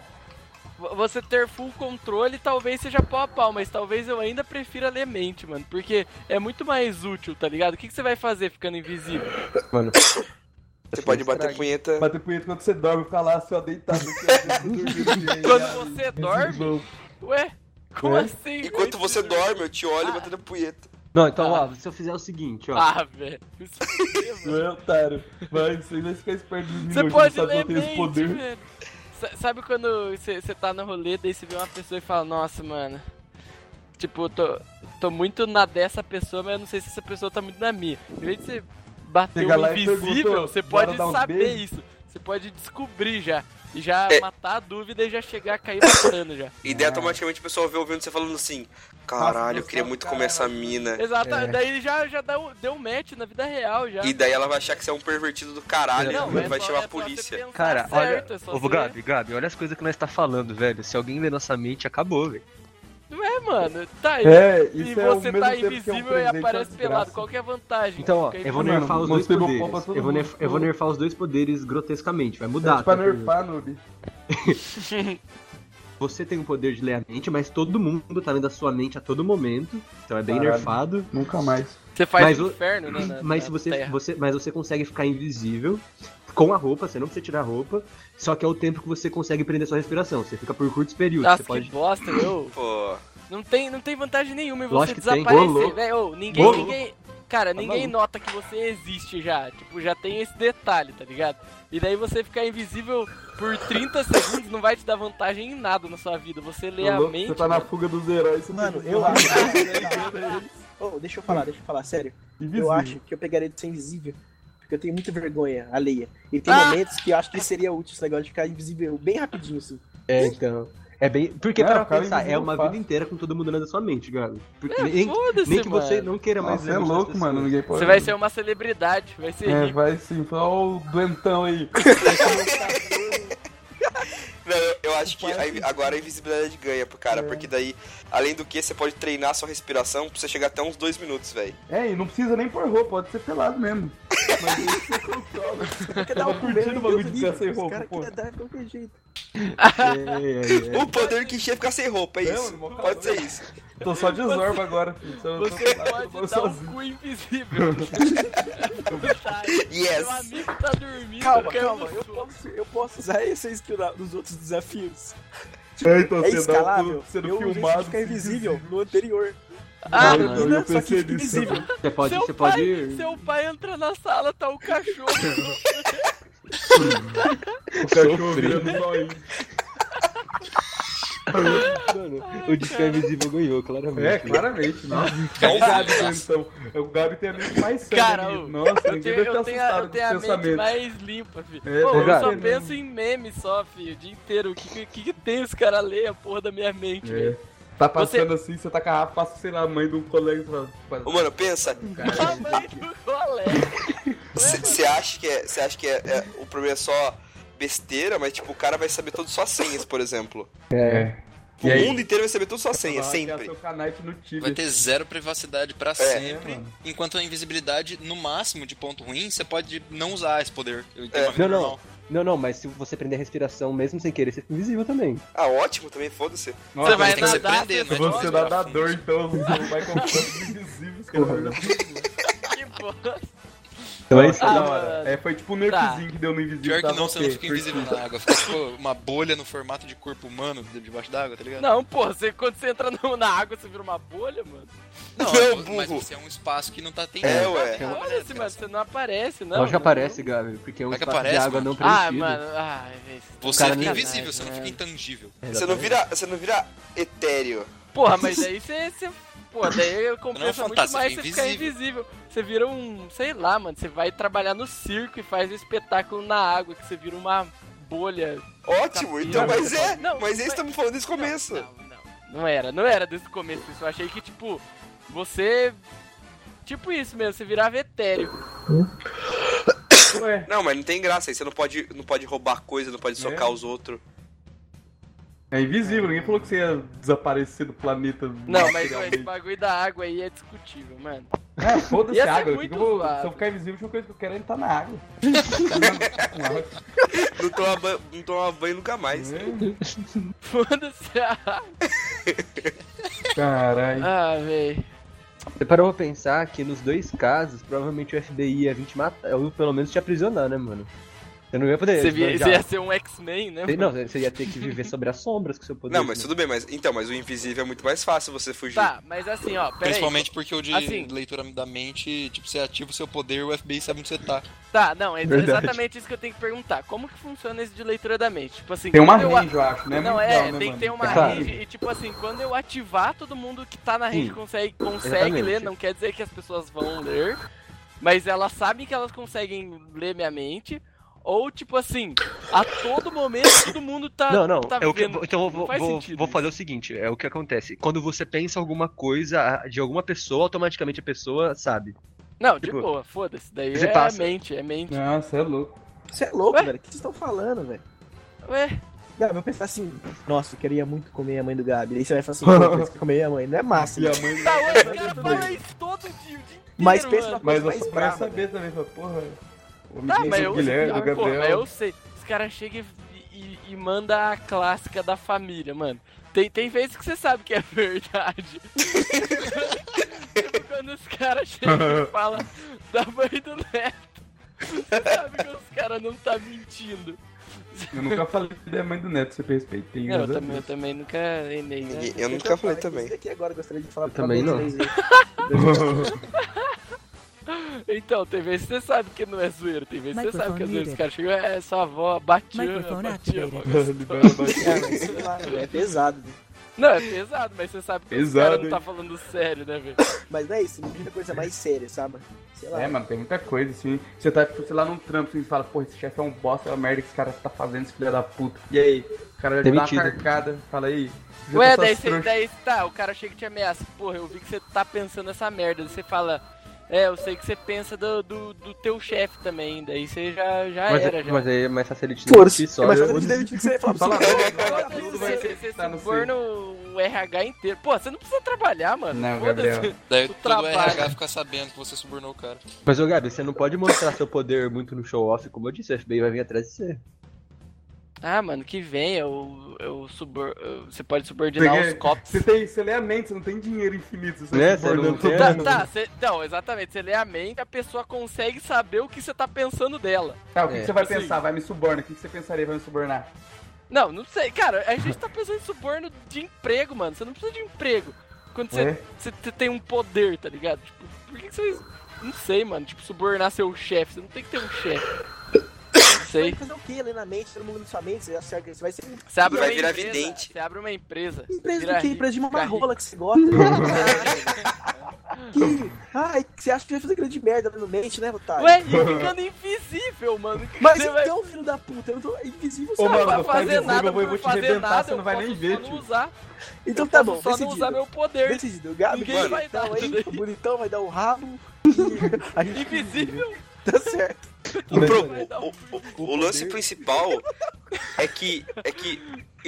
Speaker 5: Vo- Você ter full controle talvez seja pau a pau, mas talvez eu ainda prefira ler mente, mano. Porque é muito mais útil, tá ligado? O que, que você vai fazer ficando invisível?
Speaker 1: Mano.
Speaker 3: Você pode bater punheta.
Speaker 2: Bater punheta quando você
Speaker 5: [laughs]
Speaker 2: dorme, ficar lá só deitado. assim, dormindo, assim,
Speaker 5: Quando
Speaker 2: aí,
Speaker 5: você
Speaker 2: aí,
Speaker 5: dorme,
Speaker 2: bom.
Speaker 5: ué, Como
Speaker 2: É.
Speaker 5: assim?
Speaker 3: Enquanto você dorme, eu te olho batendo punheta.
Speaker 1: Não, então, ó, se eu fizer o seguinte, ó.
Speaker 5: Ah, velho. Isso é horrível.
Speaker 2: Não é otário. Vai, você vai é ficar esperto dos minutos,
Speaker 5: Você pode
Speaker 2: sabe que
Speaker 5: ler
Speaker 2: eu tenho esse
Speaker 5: mente,
Speaker 2: poder.
Speaker 5: velho. Sa- Sabe quando você você tá na roleta e você vê uma pessoa e fala, nossa, mano, tipo, tô, tô muito na dessa pessoa, mas eu não sei se essa pessoa tá muito na minha. Em vez de você bater
Speaker 2: Chega
Speaker 5: o
Speaker 2: lá e
Speaker 5: invisível,
Speaker 2: perguntou,
Speaker 5: você
Speaker 2: "Bora
Speaker 5: pode
Speaker 2: dar um uns
Speaker 5: saber
Speaker 2: beijos?"
Speaker 5: isso. Você pode descobrir já. E já
Speaker 3: É.
Speaker 5: matar a dúvida e já chegar a cair matando
Speaker 2: [laughs]
Speaker 5: já.
Speaker 3: E daí automaticamente o pessoal vê ouvindo você falando assim: caralho, eu queria muito comer essa mina.
Speaker 2: É.
Speaker 5: Exatamente. Daí já, já dá um- deu um match na vida real já.
Speaker 3: E daí ela vai achar que você é um pervertido do caralho,
Speaker 5: é
Speaker 3: vai
Speaker 5: só- é
Speaker 3: chamar
Speaker 5: só
Speaker 3: a
Speaker 5: você
Speaker 3: polícia.
Speaker 5: pensar
Speaker 1: Cara,
Speaker 5: certo, é
Speaker 1: olha.
Speaker 5: só
Speaker 1: Ô,
Speaker 5: você-
Speaker 1: Gabi, Gabi, olha as coisas que nós tá falando, velho. Se alguém ler nossa mente, acabou, velho.
Speaker 5: Não é, mano. Tá aí.
Speaker 2: É,
Speaker 5: E
Speaker 2: isso é o
Speaker 5: você
Speaker 2: mesmo
Speaker 5: tá
Speaker 2: tempo que é um
Speaker 5: invisível e
Speaker 2: presente, é
Speaker 5: aparece
Speaker 2: uma
Speaker 5: pelado.
Speaker 2: desgraça.
Speaker 5: Qual que é a vantagem?
Speaker 1: Então, ó,
Speaker 5: Fica aí
Speaker 1: eu vou
Speaker 5: falando.
Speaker 2: mano,
Speaker 1: nerfar os
Speaker 2: mano,
Speaker 1: dois
Speaker 2: você derrubou pra
Speaker 1: poderes.
Speaker 2: todo
Speaker 1: Eu vou,
Speaker 2: mundo.
Speaker 1: nerf- eu vou nerfar os dois poderes grotescamente, vai mudar.
Speaker 2: Tipo, pra
Speaker 1: tá, Fernando?
Speaker 2: nerfar, noob.
Speaker 1: Você tem o poder de ler a mente, mas todo mundo tá lendo a sua mente a todo momento. Então é bem
Speaker 2: Caralho.
Speaker 1: nerfado.
Speaker 2: Nunca mais.
Speaker 5: Você faz
Speaker 1: Mas
Speaker 5: o
Speaker 1: o-
Speaker 5: inferno, né? na-
Speaker 1: Mas
Speaker 5: na
Speaker 1: se você,
Speaker 5: terra.
Speaker 1: você, mas você consegue ficar invisível com a roupa, você não precisa tirar a roupa. Só que é o tempo que você consegue prender sua respiração. Você fica por curtos períodos.
Speaker 5: Nossa,
Speaker 1: você pode.
Speaker 5: que bosta, eu.
Speaker 3: Pô,
Speaker 5: Não tem, não tem vantagem nenhuma em você
Speaker 1: Lógico que tem. Ô,
Speaker 5: desaparecer,
Speaker 1: louco.
Speaker 5: velho. Ô, Ninguém,
Speaker 1: Ô,
Speaker 5: ninguém. Cara, ninguém
Speaker 1: maluco.
Speaker 5: nota que você existe já. Tipo, já tem esse detalhe, tá ligado? E daí você ficar invisível por 30 segundos não vai te dar vantagem em nada na sua vida. Você lê
Speaker 2: Ô,
Speaker 5: a
Speaker 2: louco,
Speaker 5: mente. né?
Speaker 2: você tá na fuga dos heróis. você
Speaker 4: Mano,
Speaker 2: tem que-
Speaker 4: eu acho. Ô, deixa eu falar, deixa eu falar, sério.
Speaker 2: Invisível.
Speaker 4: Eu acho que eu pegaria de ser invisível. Porque eu tenho muita vergonha alheia. E tem momentos que eu acho que seria útil esse negócio de ficar invisível bem rapidinho, assim.
Speaker 1: É, então. É bem. Porque
Speaker 2: É,
Speaker 1: para
Speaker 2: o cara
Speaker 1: pensar, é
Speaker 2: invisível
Speaker 1: uma
Speaker 2: fácil.
Speaker 1: vida inteira com todo mundo lendo a sua mente, Gabi. Porque
Speaker 5: É,
Speaker 1: nem,
Speaker 5: foda-se,
Speaker 1: nem que
Speaker 5: mano.
Speaker 1: você não queira mais
Speaker 2: Nossa,
Speaker 1: ler
Speaker 2: é
Speaker 1: a mente das
Speaker 2: louco,
Speaker 1: pessoas.
Speaker 2: mano. Ninguém pode.
Speaker 5: Você vai ser um uma celebridade, vai ser
Speaker 2: É,
Speaker 5: rico.
Speaker 2: vai sim. Ó o doentão aí.
Speaker 3: não, eu, eu acho que a invi- agora a invisibilidade ganha pro cara, porque daí, além do que, você pode treinar a sua respiração pra você chegar até uns dois minutos, velho.
Speaker 2: É, e não precisa nem pôr roupa, pode ser pelado mesmo. Mas aí você controla.
Speaker 4: Porque dá
Speaker 2: Eu
Speaker 4: um
Speaker 2: tô curtindo
Speaker 4: problema,
Speaker 2: o bagulho
Speaker 4: Deus
Speaker 2: de ficar
Speaker 4: livre,
Speaker 2: sem
Speaker 4: os
Speaker 2: roupa,
Speaker 4: cara
Speaker 2: pô.
Speaker 4: queria dar de qualquer jeito.
Speaker 1: [laughs] É, é, é.
Speaker 3: O poder que chega é ficar sem roupa, é
Speaker 2: Não,
Speaker 3: isso.
Speaker 2: mó calor.
Speaker 3: Pode ser isso.
Speaker 2: Tô só de zorba agora, filho. Só-
Speaker 5: Você
Speaker 2: tô-
Speaker 5: pode
Speaker 2: tô
Speaker 5: dar
Speaker 2: sozinho. [laughs]
Speaker 5: um
Speaker 1: [laughs]
Speaker 5: cu invisível. Tá,
Speaker 3: Yes.
Speaker 5: Meu amigo tá dormindo.
Speaker 4: Calma,
Speaker 5: caiu
Speaker 2: um
Speaker 4: calma,
Speaker 5: no
Speaker 4: eu
Speaker 5: sono.
Speaker 4: posso, eu posso usar essa skill na- nos outros desafios.
Speaker 2: É, então
Speaker 4: É
Speaker 2: você dá um
Speaker 4: escalável.
Speaker 2: cu sendo
Speaker 4: eu usei isso de
Speaker 2: filmado.
Speaker 4: ficar
Speaker 2: assim, [laughs]
Speaker 4: invisível no anterior.
Speaker 5: Ah,
Speaker 1: Não,
Speaker 2: eu
Speaker 4: Não, só que
Speaker 2: pensei nisso.
Speaker 4: fica invisível.
Speaker 1: Você pode.
Speaker 5: seu,
Speaker 1: Você
Speaker 5: pai,
Speaker 1: pode.
Speaker 5: seu pai entra na sala, tá o cachorro.
Speaker 2: [laughs] [laughs] O cachorro virando nóis.
Speaker 1: Mano, o disco é invisível ganhou, claramente.
Speaker 2: É, claramente, não. É o Gabi, então. É O Gabi tem a mente mais sã.
Speaker 5: Cara,
Speaker 2: né,
Speaker 5: eu-
Speaker 2: Nossa,
Speaker 5: Eu
Speaker 2: ninguém
Speaker 5: tenho,
Speaker 2: deve ter
Speaker 5: eu tenho a, eu
Speaker 2: assustado com
Speaker 5: tenho a
Speaker 2: esse
Speaker 5: mente
Speaker 2: pensamento.
Speaker 5: mais limpa, filho.
Speaker 2: É,
Speaker 5: Pô, eu
Speaker 2: verdade.
Speaker 5: só
Speaker 2: É
Speaker 5: penso em meme só, filho, o dia inteiro. O que, que, que que tem os caras ler a porra da minha mente, velho?
Speaker 2: É. Tá passando assim, você tá com a rapa, passa, sei lá, a mãe de um colega e fala. um
Speaker 3: Ô, mano, pensa,
Speaker 5: [laughs] A mãe do colega.
Speaker 3: você acha que, é, cê acha que é, é- o problema é só besteira, mas tipo, o cara vai saber todas suas senhas, por exemplo.
Speaker 2: É.
Speaker 3: O
Speaker 2: E aí?
Speaker 3: mundo inteiro vai saber todas suas senhas, sempre.
Speaker 2: é Seu canite no
Speaker 7: Vai
Speaker 2: tigre.
Speaker 7: ter zero privacidade pra sempre.
Speaker 2: mano.
Speaker 7: Enquanto a invisibilidade, no máximo de ponto ruim, você pode não usar esse poder. Eu tenho
Speaker 3: É.
Speaker 7: uma vida
Speaker 1: Não, não.
Speaker 7: normal.
Speaker 1: Não, não, mas se você prender a respiração mesmo sem querer, você fica invisível também.
Speaker 3: Ah, ótimo também, foda-se.
Speaker 2: Nossa,
Speaker 5: Você vai
Speaker 7: tem que se
Speaker 5: nadar,
Speaker 7: prender,
Speaker 5: você
Speaker 7: né?
Speaker 2: Você
Speaker 7: Nossa,
Speaker 2: dá da dor, então, você não vai comprar os invisíveis, que
Speaker 5: Que bosta.
Speaker 1: Então é isso.
Speaker 5: Ah,
Speaker 2: da hora.
Speaker 5: mano.
Speaker 2: É, foi tipo um nerfzinho que deu no invisível.
Speaker 7: Pior
Speaker 2: tá?
Speaker 7: que não, você não
Speaker 2: Ok,
Speaker 7: fica invisível
Speaker 2: curti.
Speaker 7: na água. Fica tipo uma bolha no formato de corpo humano debaixo d'água, tá ligado?
Speaker 5: Não, pô, você, quando você entra no- na água, você vira uma bolha, mano.
Speaker 7: Não,
Speaker 3: Não,
Speaker 7: mas
Speaker 3: burro.
Speaker 7: você é um espaço que não tá tendo.
Speaker 3: É, ué.
Speaker 5: Olha esse, mano, você não aparece, não.
Speaker 1: Lógico que
Speaker 5: mano.
Speaker 1: aparece, Gabi, porque é um
Speaker 7: Vai que
Speaker 1: espaço de
Speaker 7: aparece,
Speaker 1: água
Speaker 7: mano.
Speaker 1: não
Speaker 5: Ah, é
Speaker 1: preenchido.
Speaker 5: mano, ai, velho.
Speaker 7: Você
Speaker 1: Cara,
Speaker 7: fica
Speaker 1: nem-
Speaker 7: invisível, você não fica
Speaker 5: É.
Speaker 7: intangível.
Speaker 3: Você não vira, você não vira etéreo.
Speaker 5: Porra, mas daí você. você pô, daí
Speaker 7: Não é um
Speaker 5: compensa muito
Speaker 7: fantasma,
Speaker 5: mais
Speaker 7: é
Speaker 5: você ficar invisível. Você vira um. Sei lá, mano. Você vai trabalhar no circo e faz um espetáculo na água, que você vira uma bolha.
Speaker 7: Tá.
Speaker 3: Ótimo, então, mas é.
Speaker 5: Não,
Speaker 3: mas é,
Speaker 5: mas-
Speaker 3: estamos falando desde o começo.
Speaker 5: Não, não, não era. Não era desde o começo isso. Eu achei que, tipo, você. Tipo isso mesmo, você virava etéreo.
Speaker 2: tipo, Ué,
Speaker 3: Não, mas não tem graça aí. Você não pode, não pode roubar coisa, não pode socar
Speaker 2: É.
Speaker 3: os outros.
Speaker 2: é invisível, ninguém falou que você ia desaparecer do planeta.
Speaker 5: Não, mas ó,
Speaker 2: materialmente.
Speaker 5: esse bagulho da água aí é discutível, mano. [laughs]
Speaker 2: É, foda-se
Speaker 5: Ia ser
Speaker 2: a água.
Speaker 5: muito
Speaker 2: eu vou-
Speaker 5: zoado.
Speaker 2: se eu ficar invisível, a única coisa que eu quero é entrar na
Speaker 5: [laughs]
Speaker 2: água.
Speaker 3: Não toma, ban- não toma banho nunca mais.
Speaker 2: É.
Speaker 5: Foda-se. Ah,
Speaker 2: Caralho.
Speaker 5: ah velho.
Speaker 1: Você parou pra pensar que nos dois casos, provavelmente o FBI ia vir te matar, ou pelo menos te aprisionar, né, mano? Você não ia poder.
Speaker 5: Você, via-
Speaker 1: já-
Speaker 5: você ia ser um X-Men, né?
Speaker 1: Não, você ia ter que viver sobre as sombras com seu poder. né?
Speaker 3: Não, mas tudo bem, mas então, mas o invisível é muito mais fácil você fugir.
Speaker 5: Tá, mas assim, ó, peraí.
Speaker 7: Principalmente porque o de
Speaker 5: Assim.
Speaker 7: leitura da mente, tipo, você ativa o seu poder o FBI sabe onde você tá.
Speaker 5: Tá, não, é
Speaker 2: Verdade.
Speaker 5: exatamente isso que eu tenho que perguntar. Como que funciona esse de leitura da mente? Tipo assim,
Speaker 2: Tem uma
Speaker 5: quando eu a-
Speaker 2: range, eu acho, né?
Speaker 5: Não, é, tem que ter uma
Speaker 1: Claro.
Speaker 5: rede e tipo assim, quando eu ativar, todo mundo que tá na rede
Speaker 1: Sim,
Speaker 5: consegue, consegue
Speaker 1: exatamente.
Speaker 5: ler, não quer dizer que as pessoas vão ler, mas elas sabem que elas conseguem ler minha mente, ou tipo assim, a todo momento todo mundo tá,
Speaker 1: Não, não,
Speaker 5: tá
Speaker 9: É o que,
Speaker 5: vendo.
Speaker 9: então eu
Speaker 5: Não
Speaker 9: vou,
Speaker 5: faz
Speaker 9: vou-
Speaker 5: sentido
Speaker 9: vou
Speaker 5: isso.
Speaker 9: fazer o seguinte: é o que acontece. Quando você pensa alguma coisa de alguma pessoa, automaticamente a pessoa sabe.
Speaker 5: Não, de
Speaker 9: tipo,
Speaker 5: boa, foda-se, daí
Speaker 9: você
Speaker 5: é
Speaker 9: passa.
Speaker 5: mente, é mente.
Speaker 2: Nossa, é louco.
Speaker 4: Você é louco,
Speaker 5: Ué?
Speaker 4: velho. O que vocês estão falando, velho?
Speaker 5: Ué,
Speaker 4: Gabi, eu pensar assim, nossa, eu queria muito comer a mãe do Gabi. Aí você vai falar
Speaker 2: [laughs]
Speaker 4: assim, pô, eu preciso comer a mãe. Não é massa,
Speaker 2: E a
Speaker 4: né?
Speaker 2: mãe
Speaker 5: tá, hoje o cara
Speaker 4: Tudo
Speaker 5: fala
Speaker 4: bem.
Speaker 5: isso todo dia, o dia inteiro,
Speaker 4: Mas pensa
Speaker 5: mano.
Speaker 2: Mas eu
Speaker 4: Mais
Speaker 2: só queria
Speaker 4: brava,
Speaker 2: saber também, falei, porra. O
Speaker 5: Tá,
Speaker 2: menino
Speaker 5: mas
Speaker 2: do
Speaker 5: eu,
Speaker 2: Guilherme, é, do
Speaker 5: ah, pô, mas
Speaker 2: Gabriel.
Speaker 5: eu sei. Os caras chegam e, e, e manda a clássica da família, mano. Tem, tem vezes que você sabe que é [laughs] verdade. Tipo, Quando os caras chegam
Speaker 2: [laughs]
Speaker 5: e falam da mãe do neto, você sabe que os caras não tá mentindo.
Speaker 2: Eu nunca falei da mãe do Neto, sempre respeitei.
Speaker 5: Não, eu
Speaker 2: graças a
Speaker 5: também, eu
Speaker 2: Deus.
Speaker 5: também nunca enei, né?
Speaker 3: Ninguém- Eu
Speaker 4: Então,
Speaker 3: nunca
Speaker 4: fala
Speaker 3: falei
Speaker 4: que [laughs]
Speaker 3: também.
Speaker 4: Isso aqui agora eu gostaria de falar
Speaker 1: Eu também não.
Speaker 5: Então, tem vezes que você sabe que não é zoeiro, tem vezes que você sabe que
Speaker 10: Microphone
Speaker 5: é zoeiro. Os
Speaker 10: muted.
Speaker 5: caras chegam, é, sua avó batia,
Speaker 10: Microphone
Speaker 5: batia,
Speaker 10: activated.
Speaker 4: É, mas sei lá, velho, é pesado. velho.
Speaker 5: Não, é pesado, mas você sabe que os
Speaker 2: Pesado,
Speaker 5: caras não
Speaker 2: hein?
Speaker 5: tá falando sério, né, velho?
Speaker 4: Mas não é isso, muita coisa mais séria, sabe? Sei lá.
Speaker 2: É, mano, tem muita coisa, assim. Você tá, tipo, sei lá, num trampo, assim, você fala, porra, esse chefe é um bosta, é uma merda que esse cara tá fazendo, esse filho da puta. E aí, o cara já te dá uma
Speaker 1: Demitido.
Speaker 2: carcada, fala aí. junta
Speaker 5: Ué,
Speaker 2: essas
Speaker 5: daí, cê,
Speaker 2: trouxas.
Speaker 5: daí tá, o cara chega e te ameaça. Porra, eu vi que você tá pensando essa merda. Daí Você fala, é, eu sei que você pensa do, do, do teu chefe também. Daí você já, já
Speaker 1: Mas,
Speaker 5: Ah, era, já.
Speaker 1: mas aí é mais fácil ele te
Speaker 4: Pô,
Speaker 1: demitir só. né?
Speaker 4: é mais
Speaker 1: eu-
Speaker 4: fácil de demitir que você vai falar pra
Speaker 2: Fala, né?
Speaker 4: você.
Speaker 2: fala,
Speaker 5: Daí
Speaker 2: tudo
Speaker 5: Você,
Speaker 2: vai
Speaker 5: você,
Speaker 2: ser tá no
Speaker 5: suborna o RH inteiro. Pô, você não precisa trabalhar, mano.
Speaker 2: Não,
Speaker 5: Foda-se. [laughs]
Speaker 2: Gabriel.
Speaker 7: Daí
Speaker 5: Tu
Speaker 7: todo
Speaker 5: trabalha.
Speaker 7: RH fica sabendo que você subornou o cara.
Speaker 1: Mas, ô Gabi, você não pode mostrar seu poder muito no show-off. Como eu disse, o FBI vai vir atrás de você.
Speaker 5: Ah, mano, que vem, eu, eu subor... eu- você pode
Speaker 2: Você,
Speaker 5: subordinar os
Speaker 2: quer-
Speaker 5: copos.
Speaker 2: você, tem, você lê a mente, você não tem dinheiro infinito. Você
Speaker 1: Né,
Speaker 2: tá
Speaker 1: você não
Speaker 2: subornando todo
Speaker 1: tem-
Speaker 5: Tá,
Speaker 2: mundo.
Speaker 5: tá, cê- não, exatamente, você lê a mente, a pessoa consegue saber o que você tá pensando dela.
Speaker 2: Tá, o que,
Speaker 1: É.
Speaker 2: que você vai
Speaker 5: Assim.
Speaker 2: pensar? Vai me subornar. O que, que você pensaria? Vai me subornar?
Speaker 5: Não, não sei, cara, a gente tá pensando em suborno de emprego, mano. Você não precisa de emprego. Quando você
Speaker 2: É.
Speaker 5: você t- tem um poder, tá ligado? Tipo, por que que vocês. Não sei, mano. Tipo, subornar seu chefe. Você não tem que ter um chefe. Não
Speaker 4: Você
Speaker 5: sei.
Speaker 4: vai fazer o quê? Lê na mente, todo mundo na sua mente, você acha que você vai ser um
Speaker 5: Você abre
Speaker 3: Vai
Speaker 5: uma
Speaker 3: virar
Speaker 5: empresa.
Speaker 3: vidente.
Speaker 5: Você abre uma empresa.
Speaker 4: empresa
Speaker 5: Vira
Speaker 4: do quê?
Speaker 5: rico,
Speaker 4: Empresa de
Speaker 5: fica
Speaker 4: uma
Speaker 5: rico.
Speaker 4: rola que
Speaker 1: [laughs]
Speaker 4: você gosta. que... Ai, que você acha que vai fazer grande merda lendo mente, né, otário?
Speaker 5: Ué, e ficando
Speaker 2: [laughs]
Speaker 5: invisível, mano. Que
Speaker 4: Mas
Speaker 5: você vai
Speaker 4: então, filho da puta, eu tô invisível,
Speaker 2: Ô,
Speaker 4: sabe?
Speaker 5: não
Speaker 2: mano,
Speaker 5: vai
Speaker 2: eu
Speaker 5: fazer
Speaker 2: falo,
Speaker 5: nada
Speaker 2: eu vou- eu
Speaker 5: por
Speaker 2: vou te
Speaker 5: fazer
Speaker 2: arrebentar,
Speaker 5: nada,
Speaker 2: você não
Speaker 5: eu
Speaker 2: vai
Speaker 5: posso
Speaker 2: nem ver,
Speaker 5: só não
Speaker 2: tio.
Speaker 5: usar.
Speaker 4: Então
Speaker 5: eu
Speaker 4: tá
Speaker 5: posso
Speaker 4: bom,
Speaker 5: só não usar
Speaker 4: decidido.
Speaker 5: meu poder. [laughs]
Speaker 4: Decidido, Gabi,
Speaker 5: Ninguém
Speaker 4: mano,
Speaker 2: [laughs]
Speaker 5: vai dar
Speaker 4: então,
Speaker 5: isso
Speaker 4: aí,
Speaker 5: daí.
Speaker 4: o bonitão vai dar o rabo. A gente
Speaker 5: Invisível.
Speaker 4: tá certo.
Speaker 3: O, pro-
Speaker 5: Vai dar um
Speaker 3: o- o- o lance principal é que é que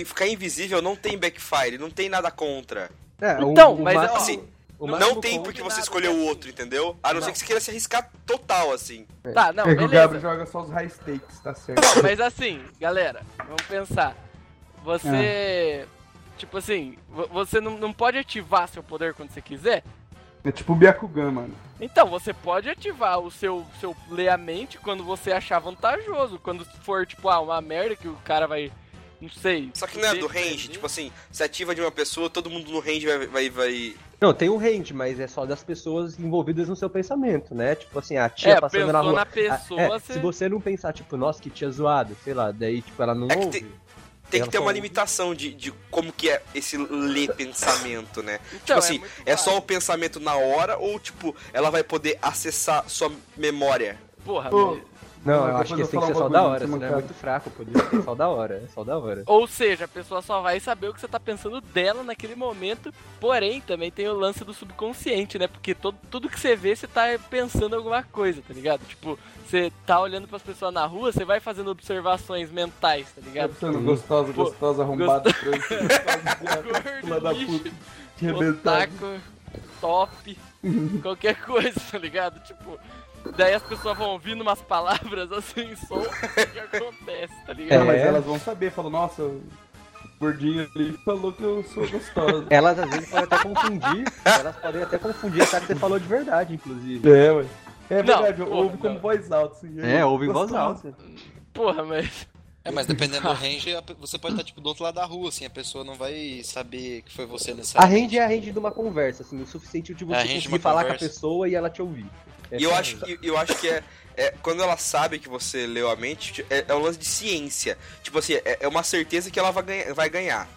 Speaker 3: ficar invisível não tem backfire, não tem nada contra.
Speaker 1: É, o-
Speaker 5: Então,
Speaker 1: o
Speaker 5: mas, ó,
Speaker 1: máximo-
Speaker 3: assim,
Speaker 1: o
Speaker 3: Não,
Speaker 1: máximo
Speaker 3: tem
Speaker 1: contra-
Speaker 3: porque
Speaker 5: nada,
Speaker 3: você escolheu o
Speaker 5: assim.
Speaker 3: outro, entendeu? A não, ser que você queira se arriscar total, assim.
Speaker 5: Tá, não,
Speaker 2: é que o Gabriel
Speaker 5: beleza.
Speaker 2: joga só os high stakes, tá certo?
Speaker 5: Não, mas assim, galera, vamos pensar. Você.
Speaker 1: Ah.
Speaker 5: Tipo assim, vo- você não, não pode ativar seu poder quando você quiser?
Speaker 2: É tipo o Byakugan, mano.
Speaker 5: Então, você pode ativar o seu, seu ler a mente quando você achar vantajoso. Quando for, tipo, ah, uma merda que o cara vai. Não sei.
Speaker 3: Só que não é do
Speaker 5: defender.
Speaker 3: range, tipo assim, se ativa de uma pessoa, todo mundo no range vai. vai, vai...
Speaker 1: Não, tem o range, mas é só das pessoas envolvidas no seu pensamento, né? Tipo assim, a tia
Speaker 5: É,
Speaker 1: passando
Speaker 5: pensou
Speaker 1: na
Speaker 5: na,
Speaker 1: rua.
Speaker 5: pessoa,
Speaker 1: É,
Speaker 5: você.
Speaker 1: Se você não pensar, tipo, nossa, que tia zoada, sei lá, daí, tipo, ela não
Speaker 3: É que
Speaker 1: ouve.
Speaker 3: tem- Tem que
Speaker 1: Ela
Speaker 3: ter
Speaker 1: só
Speaker 3: uma
Speaker 1: ouve.
Speaker 3: limitação de, de como que é esse ler pensamento, né?
Speaker 5: Então,
Speaker 3: tipo assim,
Speaker 5: muito
Speaker 3: é só o
Speaker 5: fácil.
Speaker 3: pensamento na hora ou, tipo, ela vai poder acessar sua memória?
Speaker 5: Porra,
Speaker 2: Ô,
Speaker 5: mas-
Speaker 1: Não,
Speaker 2: Não,
Speaker 1: eu acho que
Speaker 2: depois eu
Speaker 1: tem que ser
Speaker 2: falo
Speaker 1: só
Speaker 2: um
Speaker 1: da
Speaker 2: bagulho
Speaker 1: hora,
Speaker 2: em cima
Speaker 1: senão é
Speaker 2: dela.
Speaker 1: muito fraco, por isso que é só da hora, é só da hora.
Speaker 5: Ou seja, a pessoa só vai saber o que você tá pensando dela naquele momento. Porém, também tem o lance do subconsciente, né? Porque todo, tudo que você vê, você tá pensando alguma coisa, tá ligado? Tipo, você tá olhando pras pessoas na rua, você vai fazendo observações mentais, tá
Speaker 2: Tá
Speaker 5: ligado?
Speaker 2: pensando gostosa,
Speaker 5: Pô,
Speaker 2: gostosa, arrombada, trouxa, [laughs] gostosa, fila da
Speaker 5: lixo,
Speaker 2: puta. Que arrebentado.
Speaker 5: Otaku,
Speaker 2: [laughs]
Speaker 5: top, qualquer coisa, tá ligado? Tipo, daí as pessoas vão ouvindo umas palavras assim, som, que acontece, tá
Speaker 2: Ah,
Speaker 5: ligado?
Speaker 1: É.
Speaker 2: mas elas vão saber, falam, nossa, o gordinho ali falou que eu sou gostosa.
Speaker 1: [laughs] Elas às vezes podem até confundir, elas podem até confundir, achar que você falou de verdade, inclusive.
Speaker 2: é, ué. É verdade,
Speaker 5: porra,
Speaker 2: ouve como
Speaker 5: não.
Speaker 2: voz alta. assim,
Speaker 1: É, ouve em voz
Speaker 2: gostoso.
Speaker 5: Porra, mas.
Speaker 7: É, mas
Speaker 1: [laughs]
Speaker 7: dependendo do range, a pe- você pode estar tipo do outro lado da rua, assim, a pessoa não vai saber que foi você nessa.
Speaker 1: A range é a range de uma conversa, assim, o suficiente de
Speaker 7: É a
Speaker 1: você
Speaker 7: range de
Speaker 1: conseguir
Speaker 7: uma
Speaker 1: falar com a
Speaker 7: conversa.
Speaker 1: pessoa e ela te ouvir.
Speaker 3: E eu acho, que- eu acho que é, é- Quando ela sabe que você leu a mente, é, é um lance de ciência. Tipo assim, é, é uma certeza que ela vai ganhar. Vai ganhar.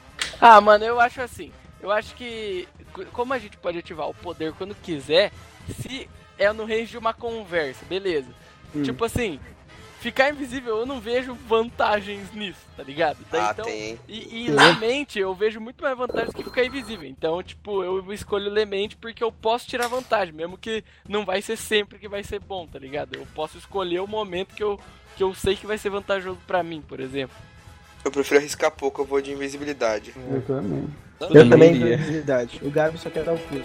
Speaker 5: Ah, mano, eu acho assim. Eu acho que. co- Como a gente pode ativar o poder quando quiser, se é no range de uma conversa, beleza.
Speaker 2: Hum.
Speaker 5: Tipo assim, ficar invisível eu não vejo vantagens nisso, tá ligado?
Speaker 3: Ah,
Speaker 5: então,
Speaker 3: tem.
Speaker 5: E, e na mente eu vejo muito mais vantagens que ficar invisível. Então, tipo, eu escolho lemente porque eu posso tirar vantagem, mesmo que não vai ser sempre que vai ser bom, tá ligado? Eu posso escolher o momento que eu, que eu sei que vai ser vantajoso pra mim, por exemplo.
Speaker 3: Eu prefiro arriscar pouco, eu vou de invisibilidade.
Speaker 2: Eu também.
Speaker 4: Eu também
Speaker 1: iria.
Speaker 4: tenho visibilidade. O Gabi só quer dar o pulo.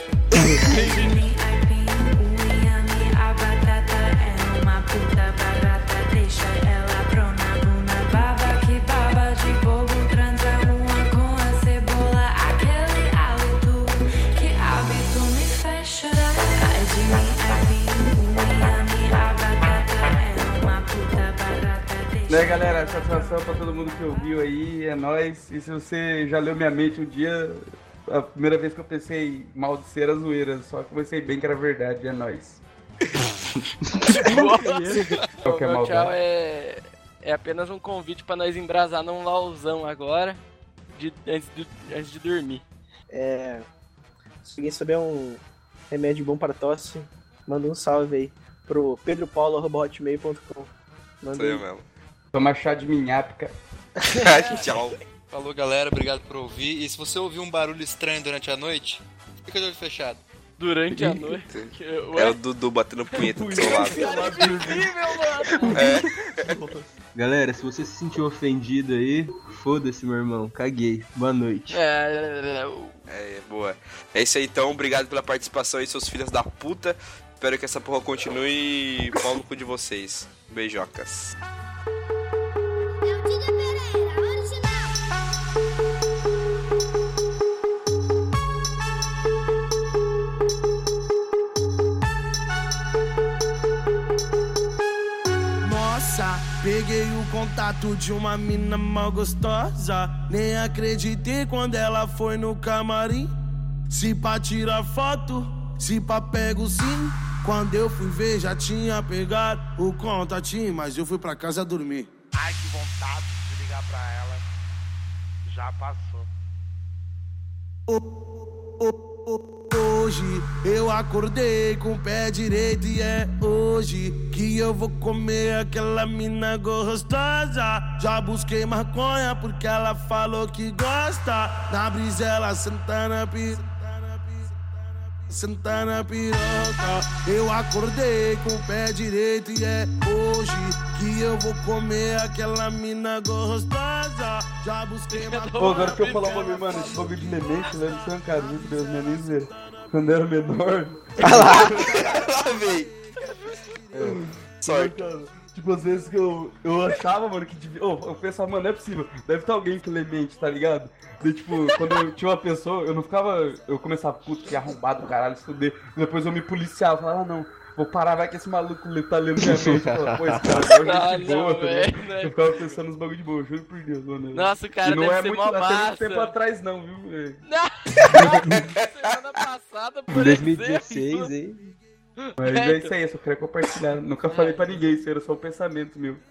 Speaker 2: Né, galera? Satisfação pra todo mundo que ouviu aí, é nóis. E se você já leu minha mente um dia, a primeira vez que eu pensei mal de ser era zoeira, só que eu pensei bem que era verdade, é
Speaker 5: [laughs]
Speaker 2: nóis.
Speaker 5: O
Speaker 2: Qual que é a
Speaker 5: meu tchau
Speaker 2: maldade?
Speaker 5: é, é apenas um convite pra nós embrasar num lauzão agora, de, antes, de, antes de dormir.
Speaker 4: É, se alguém souber um remédio bom para tosse, manda um salve aí pro pedropaulo.hotmail.com. Manda um
Speaker 3: Sou eu
Speaker 4: aí.
Speaker 3: mesmo. [laughs]
Speaker 2: Tomar chá de minhapica.
Speaker 3: Tchau.
Speaker 7: Falou, galera, obrigado por ouvir. E se você ouvir um barulho estranho durante a noite, fica de olho fechado.
Speaker 5: Durante a noite. que-
Speaker 3: É
Speaker 5: Ué,
Speaker 3: o Dudu batendo punheta do seu lado.
Speaker 1: Galera, se você se sentiu ofendido aí, foda-se, meu irmão. Caguei. Boa noite.
Speaker 5: é, o-
Speaker 3: É, boa. É isso aí então, obrigado pela participação aí, seus filhos da puta. Espero que essa porra continue e pau no cu de vocês. Beijocas.
Speaker 8: é
Speaker 6: Nossa, peguei o contato de uma mina mal gostosa. Nem acreditei quando ela foi no camarim. Se pra tirar foto, se pra pego sim. Quando eu fui ver, já tinha pegado o contatinho, mas eu fui pra casa dormir.
Speaker 10: Ai, que vontade de ligar pra ela. Já passou.
Speaker 6: Hoje eu acordei com o pé direito e é hoje que eu vou comer aquela mina gostosa. Já busquei maconha porque ela falou que gosta. Na brisa ela sentando a pis, sentando a piroca. Eu acordei com o pé direito e é hoje que eu vou comer aquela mina gostosa. Já busquei maconha.
Speaker 2: Pô, agora que eu falar o nome, mano, esse bagulho de lemente, velho, isso é um cara, meu Deus, minha nem zoeira. Quando eu era menor,
Speaker 3: Sorte.
Speaker 2: Mano, Tipo, às vezes que eu, eu achava, mano, que devia. Ô, eu pensava, mano, não é possível. Deve ter alguém que lemente, tá ligado? E, tipo, quando eu tinha uma pessoa, eu não ficava. Eu começava, puto, que arrombado, caralho, estudei. Depois eu me policiava, falava, ah, não, vou parar, vai que esse maluco le- tá lendo minha mente. Eu falava, pô, esse cara é
Speaker 5: [laughs] Ah,
Speaker 2: uma gente boa,
Speaker 5: não,
Speaker 2: tá ligado?
Speaker 5: velho, né?
Speaker 2: Eu ficava pensando nos bagulho de boa, juro por Deus, mano.
Speaker 5: Nossa, o
Speaker 2: e
Speaker 5: cara
Speaker 2: não
Speaker 5: deve
Speaker 2: é
Speaker 5: ser
Speaker 2: muito,
Speaker 5: mó
Speaker 2: até muito
Speaker 5: massa.
Speaker 2: tempo atrás, não, viu? É.
Speaker 5: [laughs] Semana passada, por
Speaker 1: Em 2016,
Speaker 5: exemplo.
Speaker 1: hein?
Speaker 2: é
Speaker 5: É.
Speaker 2: Mas é isso aí, eu só queria compartilhar. Nunca falei pra ninguém, isso era só um pensamento meu.